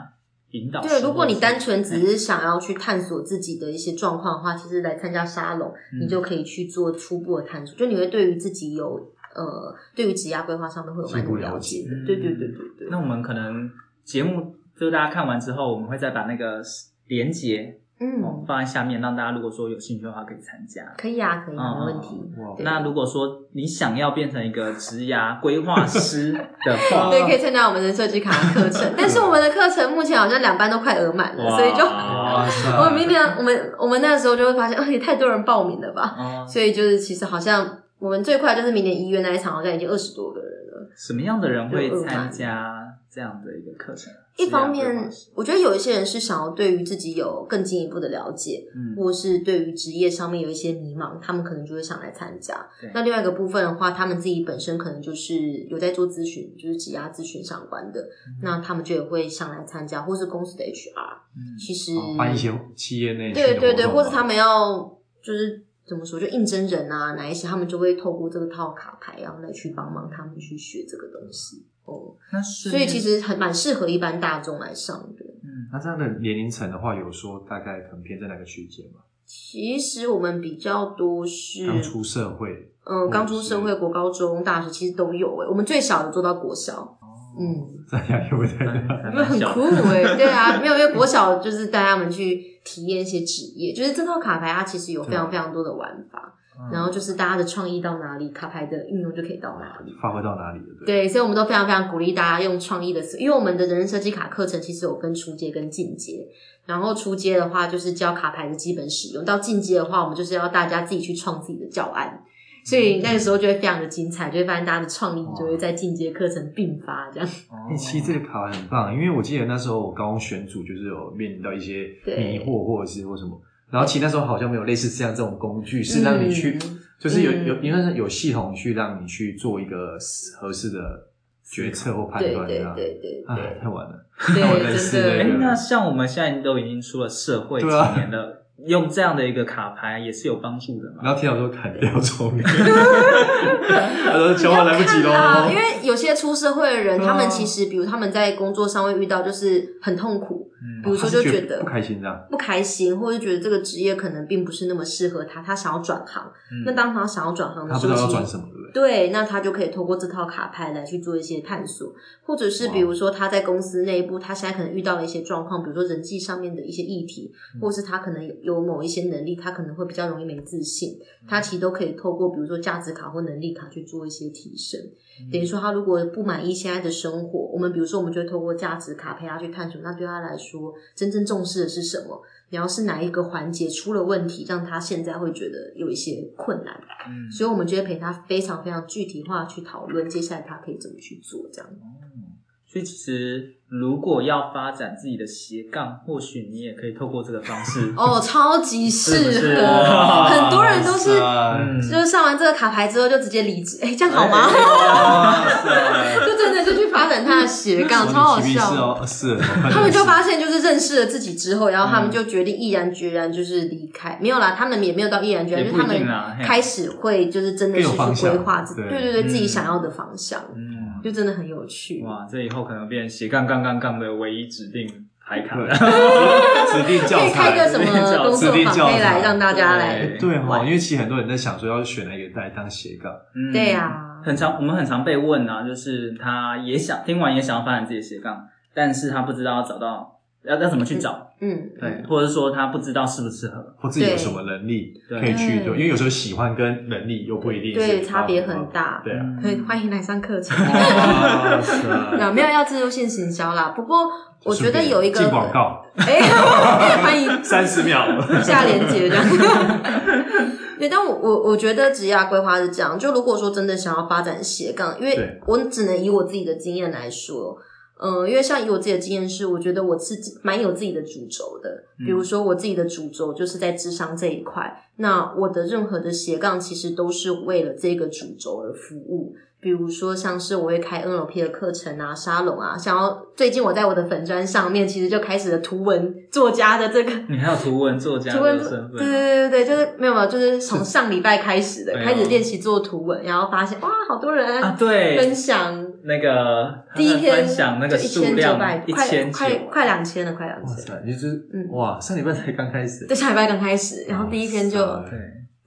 引导师。
对，如果你
或者是嗯
单纯只是想要去探索自己的一些状况的话，其实来参加沙龙，
嗯
你就可以去做初步的探索，就你会对于自己有呃，对于职涯规划上面会有蛮
初步
多
了
了解的。
嗯
对对对对对。
那我们可能节目就大家看完之后，我们会再把那个连接哦
嗯，
放在下面，让大家如果说有兴趣的话可以参加。
可以啊，可以啊，
嗯
没问题。
哇，
对
那如果说你想要变成一个职涯规划师的 话，
对，可以参加我们的设计卡的课程，但是我们的课程目前好像两班都快额满了，
哇
所以就
哇塞，
哦啊 我们明年，我们我们那时候就会发现，哎，也太多人报名了吧？
哦，
所以就是其实好像我们最快就是明年一月那一场，好像已经二十多个人了。
什么样的人会参加这样的一个课程啊？
一方
职业规划
面
师，
我觉得有一些人是想要对于自己有更进一步的了解，
嗯，
或是对于职业上面有一些迷茫，他们可能就会想来参加
对。
那另外一个部分的话，他们自己本身可能就是有在做咨询，就是职涯咨询相关的，
嗯
那他们就也会想来参加，或是公司的 HR。其
嗯
实
哦办一些企业内训啊的
对对对，
活动
或者
嘛
他们要就是怎么说，就应征人啊，哪一些他们就会透过这个套卡牌，然后来去帮忙他们去学这个东西哦。
那所
所以其实很蛮适合一般大众来上的。
嗯，
那这样的年龄层的话，有说大概可能偏在哪个区间吗？
其实我们比较多是
刚出社会，
嗯，刚出社
或
会，
者是
国高中、大学其实都有诶、欸我们最小有做到国
哦
小，嗯，
大家有没有在
那
因为很酷 诶、对啊，没有，因为国小就是带他们去体验一些职业，就是这套卡牌它其实有非常非常多的玩法，
嗯
嗯
然后就是大家的创意到哪里，卡牌的运用就可以到哪里。
发挥到哪里了？对，
对，所以我们都非常非常鼓励大家用创意的思，因为我们的人生设计卡课程其实有分初阶跟进阶，然后初阶的话就是教卡牌的基本使用，到进阶的话，我们就是要大家自己去创自己的教案，
嗯
所以那个时候就会非常的精彩，就会发现大家的创意就会在进阶课程并发这样。
哦
欸其实这个卡很棒，因为我记得那时候我高中选组就是有面临到一些
对
迷惑或者是或什么，然后其实那时候好像没有类似这样这种工具，是让你去
嗯
就是有
嗯
有因为是有系统去让你去做一个合适的决策或判
嗯对
断
对
这样。
对对
哎，太晚了， 我
对，
认识
真
的
的
哎
人。
那像我们现在都已经出了社会几
对啊
年了，用这样的一个卡牌也是有帮助的嘛？
然后听到说砍掉重练，他说 求我来不及
看啊啦因
喽。
为有些出社会的人，
对啊
他们其实比如他们在工作上会遇到就是很痛苦，比
嗯，
如说就
他是
觉
觉
得
不开心这样，
不开心，或者觉得这个职业可能并不是那么适合他，他想要转行。
嗯
那当他想要转行的
他
时
不
候，
知道
其
要转
实
什么，对不对？
对，那他就可以透过这套卡牌来去做一些探索，或者是比如说他在公司内部，他现在可能遇到了一些状况，比如说人际上面的一些议题，
嗯
或是他可能有有某一些能力，他可能会比较容易没自信，
嗯
嗯
他其实都可以透过比如说价值卡或能力卡去做一些提升。
嗯
等于说他如果不满意现在的生活，我们比如说我们就会透过价值卡陪他去探索，那对他来说真正重视的是什么？然后是哪一个环节出了问题，让他现在会觉得有一些困难？
嗯
所以我们就会陪他非常非常具体化去讨论，接下来他可以怎么去做这样。
嗯所以其实如果要发展自己的斜杠，或许你也可以透过这个方式。
哦，超级适合，
是不是哇
很多人都是
嗯，
就是上完这个卡牌之后就直接离职，哎，这样好吗？
哇塞，
就真的就去发展他的斜 杠，超好
是
笑。
哦，是哦，我看
他们就
到
发现，就是认识了自己之后，然后
嗯
他们就决定毅然决然就是离开。没有啦，他们也没有到毅然决然，
也
就是
不
他
一定
们
啦嘿
开始会就是真的
啊更有
是去
方向
规划自己，
对
对对对，自己
嗯
想要的方向，
嗯，
就真的很有趣。
哇，这以后可能变斜杠杠杠杠的唯一指定牌卡了。
对指定教
可以开
材
个什么 工作
指定
坊，
教
可以
材
来让大家来
对
对哈，因为其实很多人在想说要选哪一个来当斜杠，
嗯
对啊
很常我们很常被问啊，就是他也想听完也想要发展自己的斜杠，但是他不知道要找到要要怎么去找，
嗯，
对，或者说他不知道适不适合，
或自己有什么能力
对
可以去做，
对
因为有时候喜欢跟能力又不一定是
对，差别很大。
对
嗯
啊，
可以欢迎来上课程。
哇
那
塞，
没有要自由性行销啦，不过我觉得有一个
啊进广，告
哎，欢迎
三十秒，
下连接这样。 对，但我我我觉得职业规划是这样，就如果说真的想要发展斜杠，因为
对
我只能以我自己的经验来说，嗯，因为像以我自己的经验是，我觉得我自己蛮有自己的主轴的，比如说我自己的主轴就是在智商这一块，那我的任何的斜杠其实都是为了这个主轴而服务。比如说，像是我会开 NLP 的课程啊、沙龙啊，想要最近我在我的粉砖上面，其实就开始了图文作家的这个
你还有图文作家
图
这
文
个
作
身份
对
啊，
对对对，就是没有没有，就是从上礼拜开始的，
哎呦
开始练习做图文，然后发现哇，好多人
啊，对
分，享，
那个
第一
他们
天
分享那个
就一
数
千九
量
百，
一
快
千
快快两千了，快两
哇
千。
塞，你就是
嗯
哇，上礼拜才刚开始，
对，下礼拜刚开始，然后第一天就
哇塞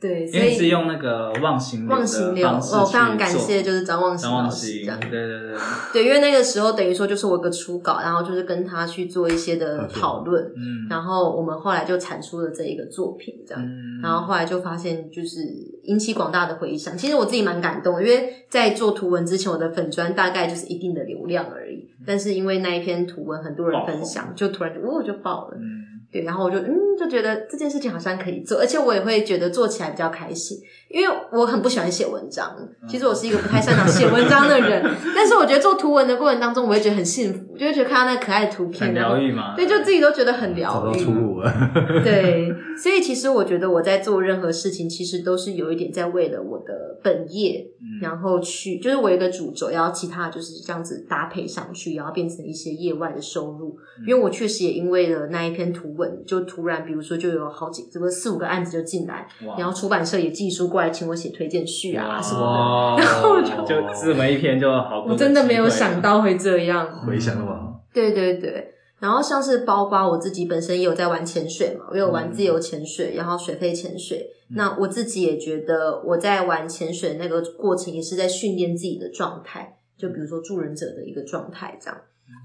对，
对，所
因为是
以
用那个忘形流
忘形
的
流，哦
方式
我非常
去
感
做
谢就是张忘形
张
老
忘
师
形
这样，，
对对对，
对，因为那个时候等于说就是我有个初稿，然后就是跟他去做一些的
合作
讨论，
嗯，
然后我们后来就产出了这一个作品这样。
嗯
然后后来就发现，就是引起广大的回响。其实我自己蛮感动，因为在做图文之前，我的粉砖大概就是一定的流量而已。
嗯
但是因为那一篇图文很多人分享，就突然就哦就爆了。
嗯
对，然后我就嗯就觉得这件事情好像可以做，而且我也会觉得做起来比较开心，因为我很不喜欢写文章。
嗯
其实我是一个不太擅长写文章 的人，但是我觉得做图文的过程当中，我会觉得很幸福，就会觉得看到那可爱的图
嗯
片，
很
然后
疗愈嘛，嗯
对，就自己都觉得很嗯
找
疗
到
愈。
出路了，
对，所以其实我觉得我在做任何事情，其实都是有一点在为了我的本业，
嗯
然后去就是我有一个主轴，然后其他就是这样子搭配上去，然后变成一些业外的收入。
嗯
因为我确实也因为了那一篇图文，就突然比如说就有好几这个四五个案子就进来，
哇
然后出版社也寄书过来请我写推荐序啊什么的。
哇
然后我就
就这么一篇就好，
我真的没有想。到会这 样，
回想的嘛，
对对对，然后像是包括我自己本身也有在玩潜水嘛，我有
嗯
玩自由潜水，然后水肺潜水。那我自己也觉得我在玩潜水那个过程也是在训练自己的状态，就比如说
嗯
助人者的一个状态这样。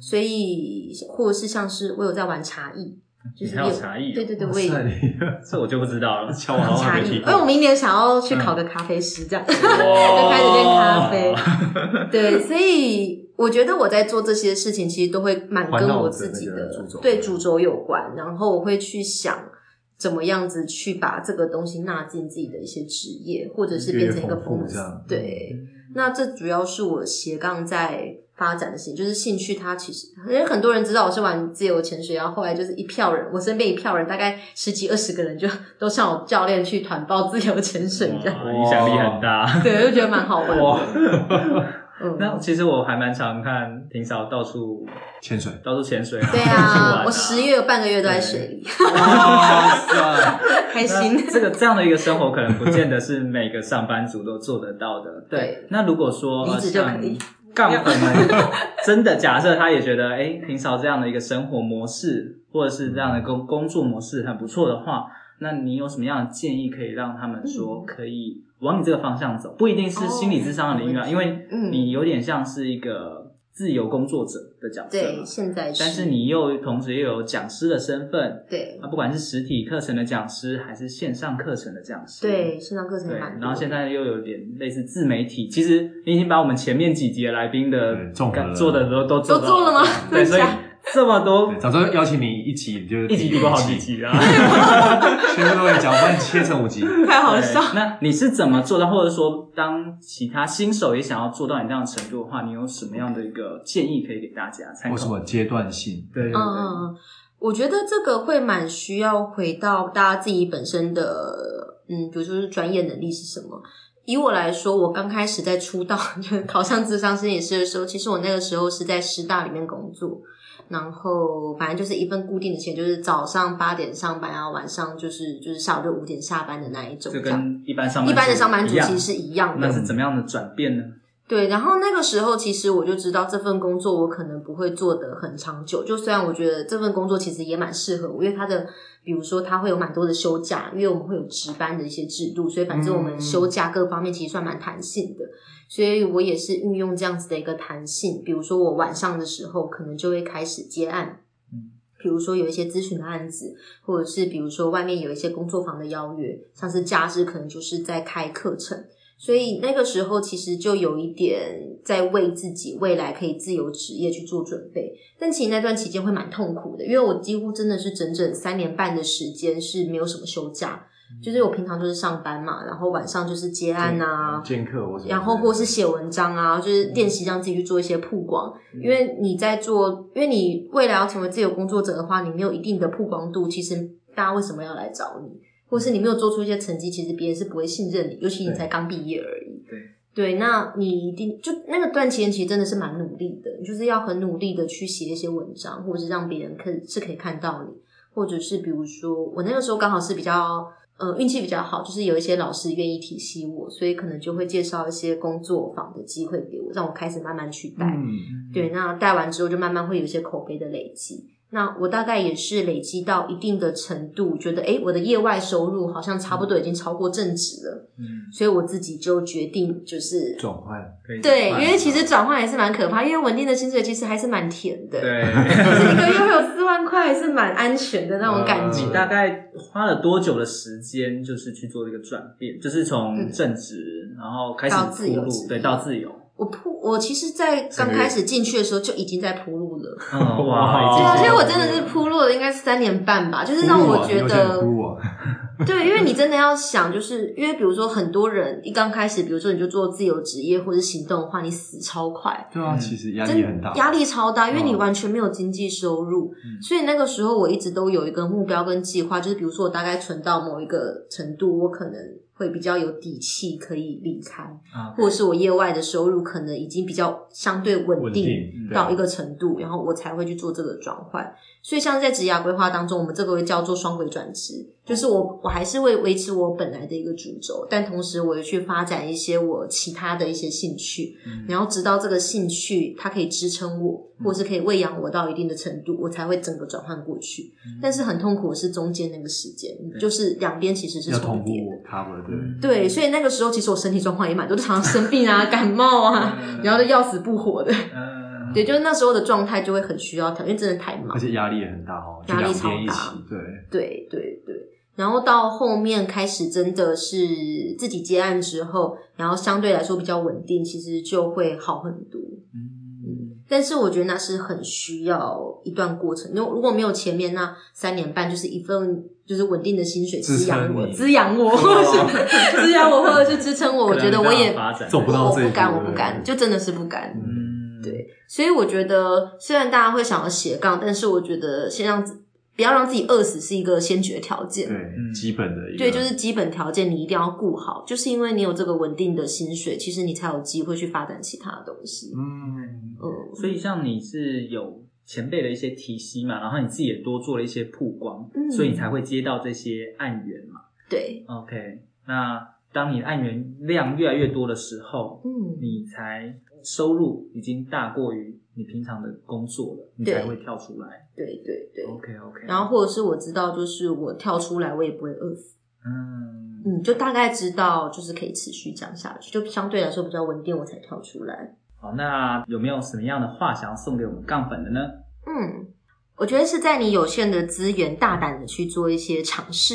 所以，或者是像是我有在玩茶艺，就是
你还有
有
茶艺哦
对对 对，我也
哇塞你
这我就不知道了，
敲完
好像
茶
没
艺
提， 嗯
哎，我
过。
明年想要去考个咖啡师，这样就
就
开始练咖啡。 对，所以我觉得我在做这些事情，其实都会蛮跟我自己
环绕着那个主轴
对主轴有关，然后我会去想怎么样子去把这个东西纳进自己的一些职业，或者是变成一个
越丰富
风
这样
对，嗯那这主要是我斜杠在。发展的事情就是兴趣，它其实因为很多人知道我是玩自由潜水，然后后来就是一票人，我身边一票人，大概十几二十个人就都像我教练去团报自由潜水这样，
哇影响力很大。
对，我就觉得蛮好玩的。
哇，
嗯，
那其实我还蛮常看霆嫂到处
潜水，
到处潜水啊，
对
到处玩
啊，我十月有半个月都在水里，
哇塞，
开心
那。这个这样的一个生活，可能不见得是每个上班族都做得到的。对
对，
那如果说
离
呃
职就
像
可以
杠粉们真的假设他也觉得，哎，平常这样的一个生活模式，或者是这样的工工作模式很不错的话，那你有什么样的建议可以让他们说
嗯
可以往你这个方向走？不一定是心理智商的领域啊，
哦
因为
嗯
你有点像是一个自由工作者的角色嘛
对，，现在
但是你又同时又有讲师的身份，
对
啊，不管是实体课程的讲师，还是线上课程的讲师，
对线上课程
对，
也蛮多
然后
的，
现在又有点类似自媒体。其实你已经把我们前面几集的来宾的
对综合了
做的都都
都
做
做了吗？
对，所以这么多
对早知道邀请你一起，你就
一集录过好几，集 啊。
全部都会讲，不然切成五 集。
太好笑。
对那你是怎么做到，或者说当其他新手也想要做到你这样的程度的话，你有什么样的一个建议可以给大家参
或什
考？
么阶段性？
对对对，
嗯，我觉得这个会蛮需要回到大家自己本身的，嗯，比如说是专业能力是什么。以我来说，我刚开始在出道 就是考上智商心理师的时候，其实我那个时候是在师大里面工作，然后反正就是一份固定的钱，就是早上八点上班，然后晚上就是就是下午就五点下班的那一种，
就
这样。
跟一般上班
嗯一般的上班族
一样
其实是一样的
嗯
那，是怎么样的转变呢？
对，然后那个时候其实我就知道这份工作我可能不会做得很长久。就虽然我觉得这份工作其实也蛮适合我，因为它的比如说它会有蛮多的休假，因为我们会有值班的一些制度，所以反正我们休假各方面其实算蛮弹性的。所以我也是运用这样子的一个弹性，比如说我晚上的时候可能就会开始接案
嗯。
比如说有一些咨询的案子，或者是比如说外面有一些工作坊的邀约，像是假日可能就是在开课程，所以那个时候其实就有一点在为自己未来可以自由职业去做准备，但其实那段期间会蛮痛苦的，因为我几乎真的是整整三年半的时间是没有什么休假，就是我平常就是上班嘛，然后晚上就是接案啊，
剑客或什么，
然后或是写文章啊，就是练习让自己去做一些曝光，因为你在做，因为你未来要成为自由工作者的话，你没有一定的曝光度，其实大家为什么要来找你？或是你没有做出一些成绩，其实别人是不会信任你，尤其你才刚毕业而已。
对
对，那你一定就那个段期间，其实真的是蛮努力的，就是要很努力的去写一些文章，或者是让别人可以是可以看到你，或者是比如说我那个时候刚好是比较呃运气比较好，就是有一些老师愿意提携我，所以可能就会介绍一些工作坊的机会给我，让我开始慢慢去带。
嗯，
对，那带完之后就慢慢会有一些口碑的累积。那我大概也是累积到一定的程度，觉得诶我的业外收入好像差不多已经超过正职了，
嗯，
所以我自己就决定就是
转换
可以
对，因
慢
为其实转换还是蛮可怕，因为稳定的薪水其实还是蛮甜的，
对。
就是一个月会有四万块，还是蛮安全的那种感觉。
你大概花了多久的时间，就是去做这个转变？就是从正职，然后开始
嗯到自由
铺
职
路，
业
对，到自由。
我铺，我其实，在刚开始进去的时候就已经在铺路了。
嗯，
哇
已
对
经
啊，
谢谢
所以我真的
哦
是铺路了，应该是三年半吧，就是让我觉得，
哭 我，
对，因为你真的要想，就是因为比如说很多人一刚开始，比如说你就做自由职业或者行动的话，你死超快，
对啊，其实压
真
力很大，
压力超大，因为你
嗯
完全没有经济收入，
嗯
所以那个时候我一直都有一个目标跟计划，就是比如说我大概存到某一个程度，我可能会比较有底气可以离开，
啊
或者是我业外的收入可能已经比较相对
稳定啊
到一
个
个程度，然后我才会去做这个转换。所以像在职涯规划当中，我们这个会叫做双轨转职，就是我我还是会维持我本来的一个主轴，但同时我也去发展一些我其他的一些兴趣，
嗯
然后直到这个兴趣它可以支撑我，或是可以喂养我到一定的程度，我才会整个转换过去。
嗯
但是很痛苦的是中间那个时间，就是两边其实是
要
重嗯
同
叠
步
的。
cover
嗯
对，
对，所以那个 啊时候其实我身体状况也蛮多，就常常生病啊、感冒啊，然后就要死不活的。
嗯，
对，就是那时候的状态就会很需要调，因为真的太忙
而。且压力也很大哦，就
压力
两
超
边一
大
起，对，
对对对，然后到后面开始真的是自己接案之后，然后相对来说比较稳定，其实就会好很多。嗯，但是我觉得那是很需要一段过程，因为如果没有前面那三年半，就是一份就是稳定的薪水
支
滋养
撑
我，
你哦
滋养我，或者是 滋养我，或者是支撑我，我觉得我也
可能没办法发展
走不到
我
这一
不
步
敢，
对
我不敢，就真的是不敢。
嗯，
对，所以我觉得，虽然大家会想要斜杠，但是我觉得先让自不要让自己饿死是一个先决条件。
对，啊
嗯
基本的一个，
对，就是基本条件你一定要顾好，就是因为你有这个稳定的薪水，其实你才有机会去发展其他的东西。
嗯，
嗯，
所以像你是有前辈的一些提携嘛，然后你自己也多做了一些曝光，
嗯
所以你才会接到这些案源嘛。
对，
OK，那当你的案源量越来越多的时候，
嗯，
你才收入已经大过于你平常的工作了，你
对
才会跳出来。
对对对。
OK OK，
然后或者是我知道，就是我跳出来，我也不会饿死。
嗯
嗯，就大概知道，就是可以持续这样下去，就相对来说比较稳定，我才跳出来。
好，那有没有什么样的话想要送给我们杠粉的呢？
嗯，我觉得是在你有限的资源，大胆的去做一些尝试。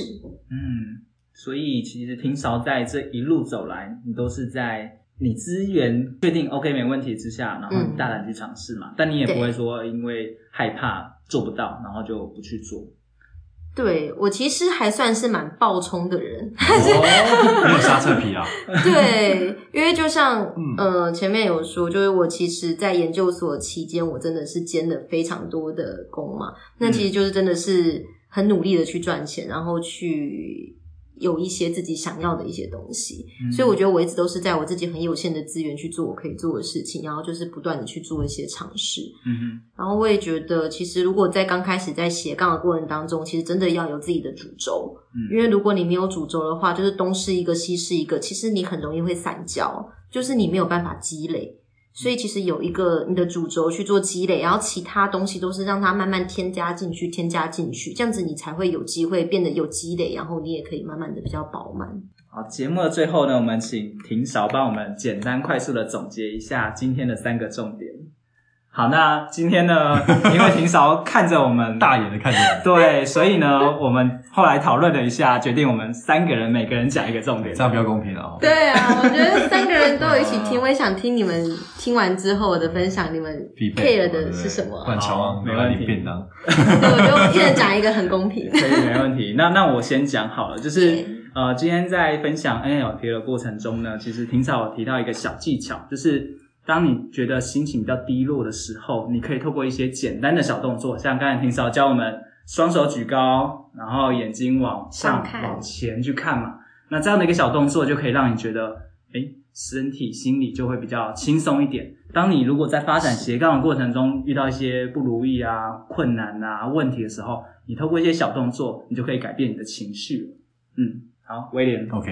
嗯，所以其实平韶在这一路走来，你都是在你资源确定 OK 没问题之下，然后
嗯
你大胆去尝试嘛，但你也
对
不会说因为害怕做不到，然后就不去 做。哦
对我其实还算是蛮暴冲的人，
哦，没有刹车 皮啊，
对，因为就像
嗯
呃前面有说，就是我其实，在研究所期间，我真的是兼了非常多的工嘛，那其实就是真的是很努力的去赚钱，然后去有一些自己想要的一些东西，
嗯
所以我觉得我一直都是在我自己很有限的资源去做我可以做的事情，然后就是不断的去做一些尝试。
嗯
然后我也觉得，其实如果在刚开始在斜杠的过程当中，其实真的要有自己的主轴，
嗯
因为如果你没有主轴的话，就是东是一个西是一个，其实你很容易会散焦，就是你没有办法积累。所以其实有一个你的主轴去做积累，然后其他东西都是让它慢慢添加进去，添加进去，这样子你才会有机会变得有积累，然后你也可以慢慢的比较饱满。
好，节目的最后呢，我们请平韶帮我们简单快速的总结一下今天的三个重点。好，那今天呢，因为平韶看着我们
大眼的看着你，
对，所以呢，我们后来讨论了一下，决定我们三个人每个人讲一个重点
这。样比较公平哦。
对啊，我觉得三个人都有一起听，我也想听你们听完之后的分享，你们
必备
care 的是什么啊
不？然乔王哦没问题，便当。
对， 我觉得一人讲一个很公平。
可以，没问题。那那我先讲好了，就是
对
呃，今天在分享 NLP 的过程中呢，其实挺少有提到一个小技巧，就是当你觉得心情比较低落的时候，你可以透过一些简单的小动作，像刚才挺少教我们双手举高，然后眼睛往上
上看
往前去看嘛。那这样的一个小动作就可以让你觉得，哎，身体心理就会比较轻松一点。当你如果在发展斜杠的过程中遇到一些不如意啊、困难啊、问题的时候，你透过一些小动作，你就可以改变你的情绪了。嗯，好，威廉，
OK，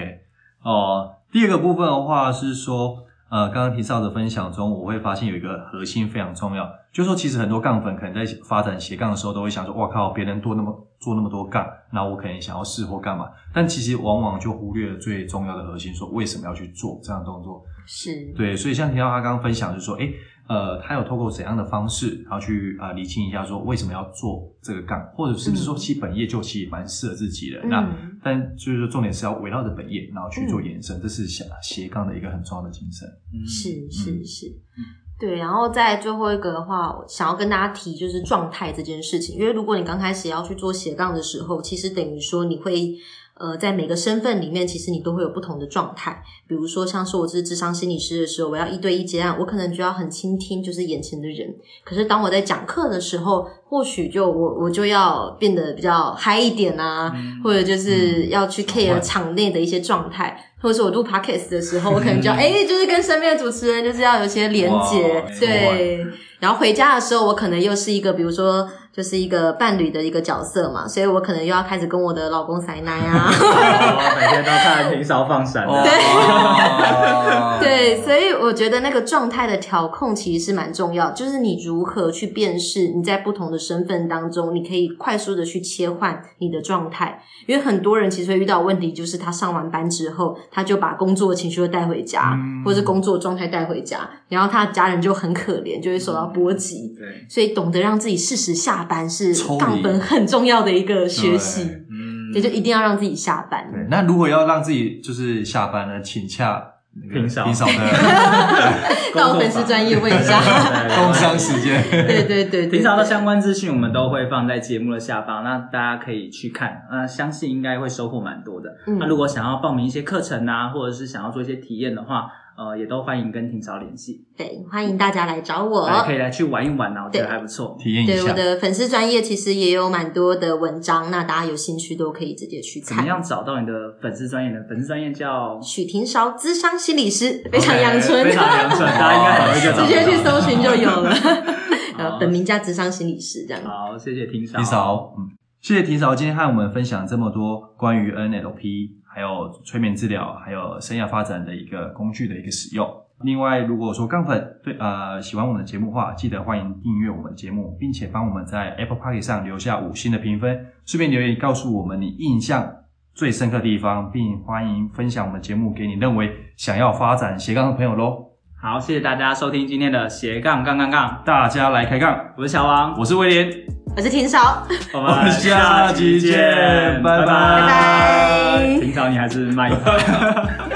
哦、第二个部分的话是说，呃，刚刚提到的分享中，我会发现有一个核心非常重要，就是说，其实很多杠粉可能在发展斜杠的时候，都会想说，哇靠，别人做那么做那么多杠，那我可能想要试或干嘛，但其实往往就忽略了最重要的核心，说为什么要去做这样的动作。
是，
对，所以像提到他刚刚分享，就是说，诶，呃，他有透过怎样的方式，然后去啊、呃、理清一下，说为什么要做这个杠，或者是不是说
嗯
其实本业就其实蛮适合自己的。那
嗯，
但就是说，重点是要围绕着本业，然后去做延伸，这是斜斜杠的一个很重要的精神。
嗯
是是是，对。然后在最后一个的话，我想要跟大家提就是状态这件事情，因为如果你刚开始要去做斜杠的时候，其实等于说你会。呃，在每个身份里面，其实你都会有不同的状态。比如说，像是我是智商心理师的时候，我要一对一接案，我可能就要很倾听，就是眼前的人。可是当我在讲课的时候，或许就我我就要变得比较嗨一点啊，或者就是要去 care 场内的一些状态，或者是我录 podcast 的时候，我可能就要哎、就是跟身边的主持人就是要有些连接
哇，
对。然后回家的时候，我可能又是一个比如说就是一个伴侣的一个角色嘛，所以我可能又要开始跟我的老公塞奶啊。
哦每天都看平少放闪的，
哦
嗯
对，所以我觉得那个状态的调控其实是蛮重要，就是你如何去辨识你在不同的身份当中，你可以快速的去切换你的状态。因为很多人其实会遇到问题，就是他上完班之后，他就把工作情绪又带回家，
嗯
或是工作状态带回家，然后他的家人就很可怜，就会受到
嗯
波及。
对，
所以懂得让自己适时下班是
抽离
杠本很重要的一个学习，
对
嗯
对，就一定要让自己下班。
对，那如果要让自己就是下班了，请假那个
平少
平 少的
到粉丝专业问一下。
工伤时间。
对对对，对
平常的相关资讯我们都会放在节目的下方，那大家可以去看，那相信应该会收获蛮多的。
嗯
啊那如果想要报名一些课程啊，或者是想要做一些体验的话，呃，也都欢迎跟婷嫂联系，
对，欢迎大家来找我。
大家可以来去玩一玩啊，我觉得还不错。
体验一
对我
下，
的粉丝专业其实也有蛮多的文章，那大家有兴趣都可以直接去
怎么
看。
样找到你的粉丝专业呢？粉丝专业叫
许廷韶，资商心理师，非常阳
OK，
春，
非常阳春，大家应该很容易就找
直
得
接
到
去搜寻就有了。 然后本名叫资商心理师，这样。
好，谢谢婷嫂，
提嫂，嗯，谢谢提嫂今天和我们分享这么多关于 NLP，还有催眠治疗，还有生涯发展的一个工具的一个使用。另外，如果说杠粉对呃喜欢我们的节目的话，记得欢迎订阅我们的节目，并且帮我们在 Apple p o c k e t 上留下五星的评分，顺便留言告诉我们你印象最深刻的地方，并欢迎分享我们的节目给你认为想要发展斜杠的朋友喽。
好，谢谢大家收听今天的斜杠杠杠杠，
大家来开杠，
我是小王，
我是威廉，
我是廷韶，
我
我们
们
下
下
集
期
见
见，
拜拜
拜拜
平常你还是慢一拍。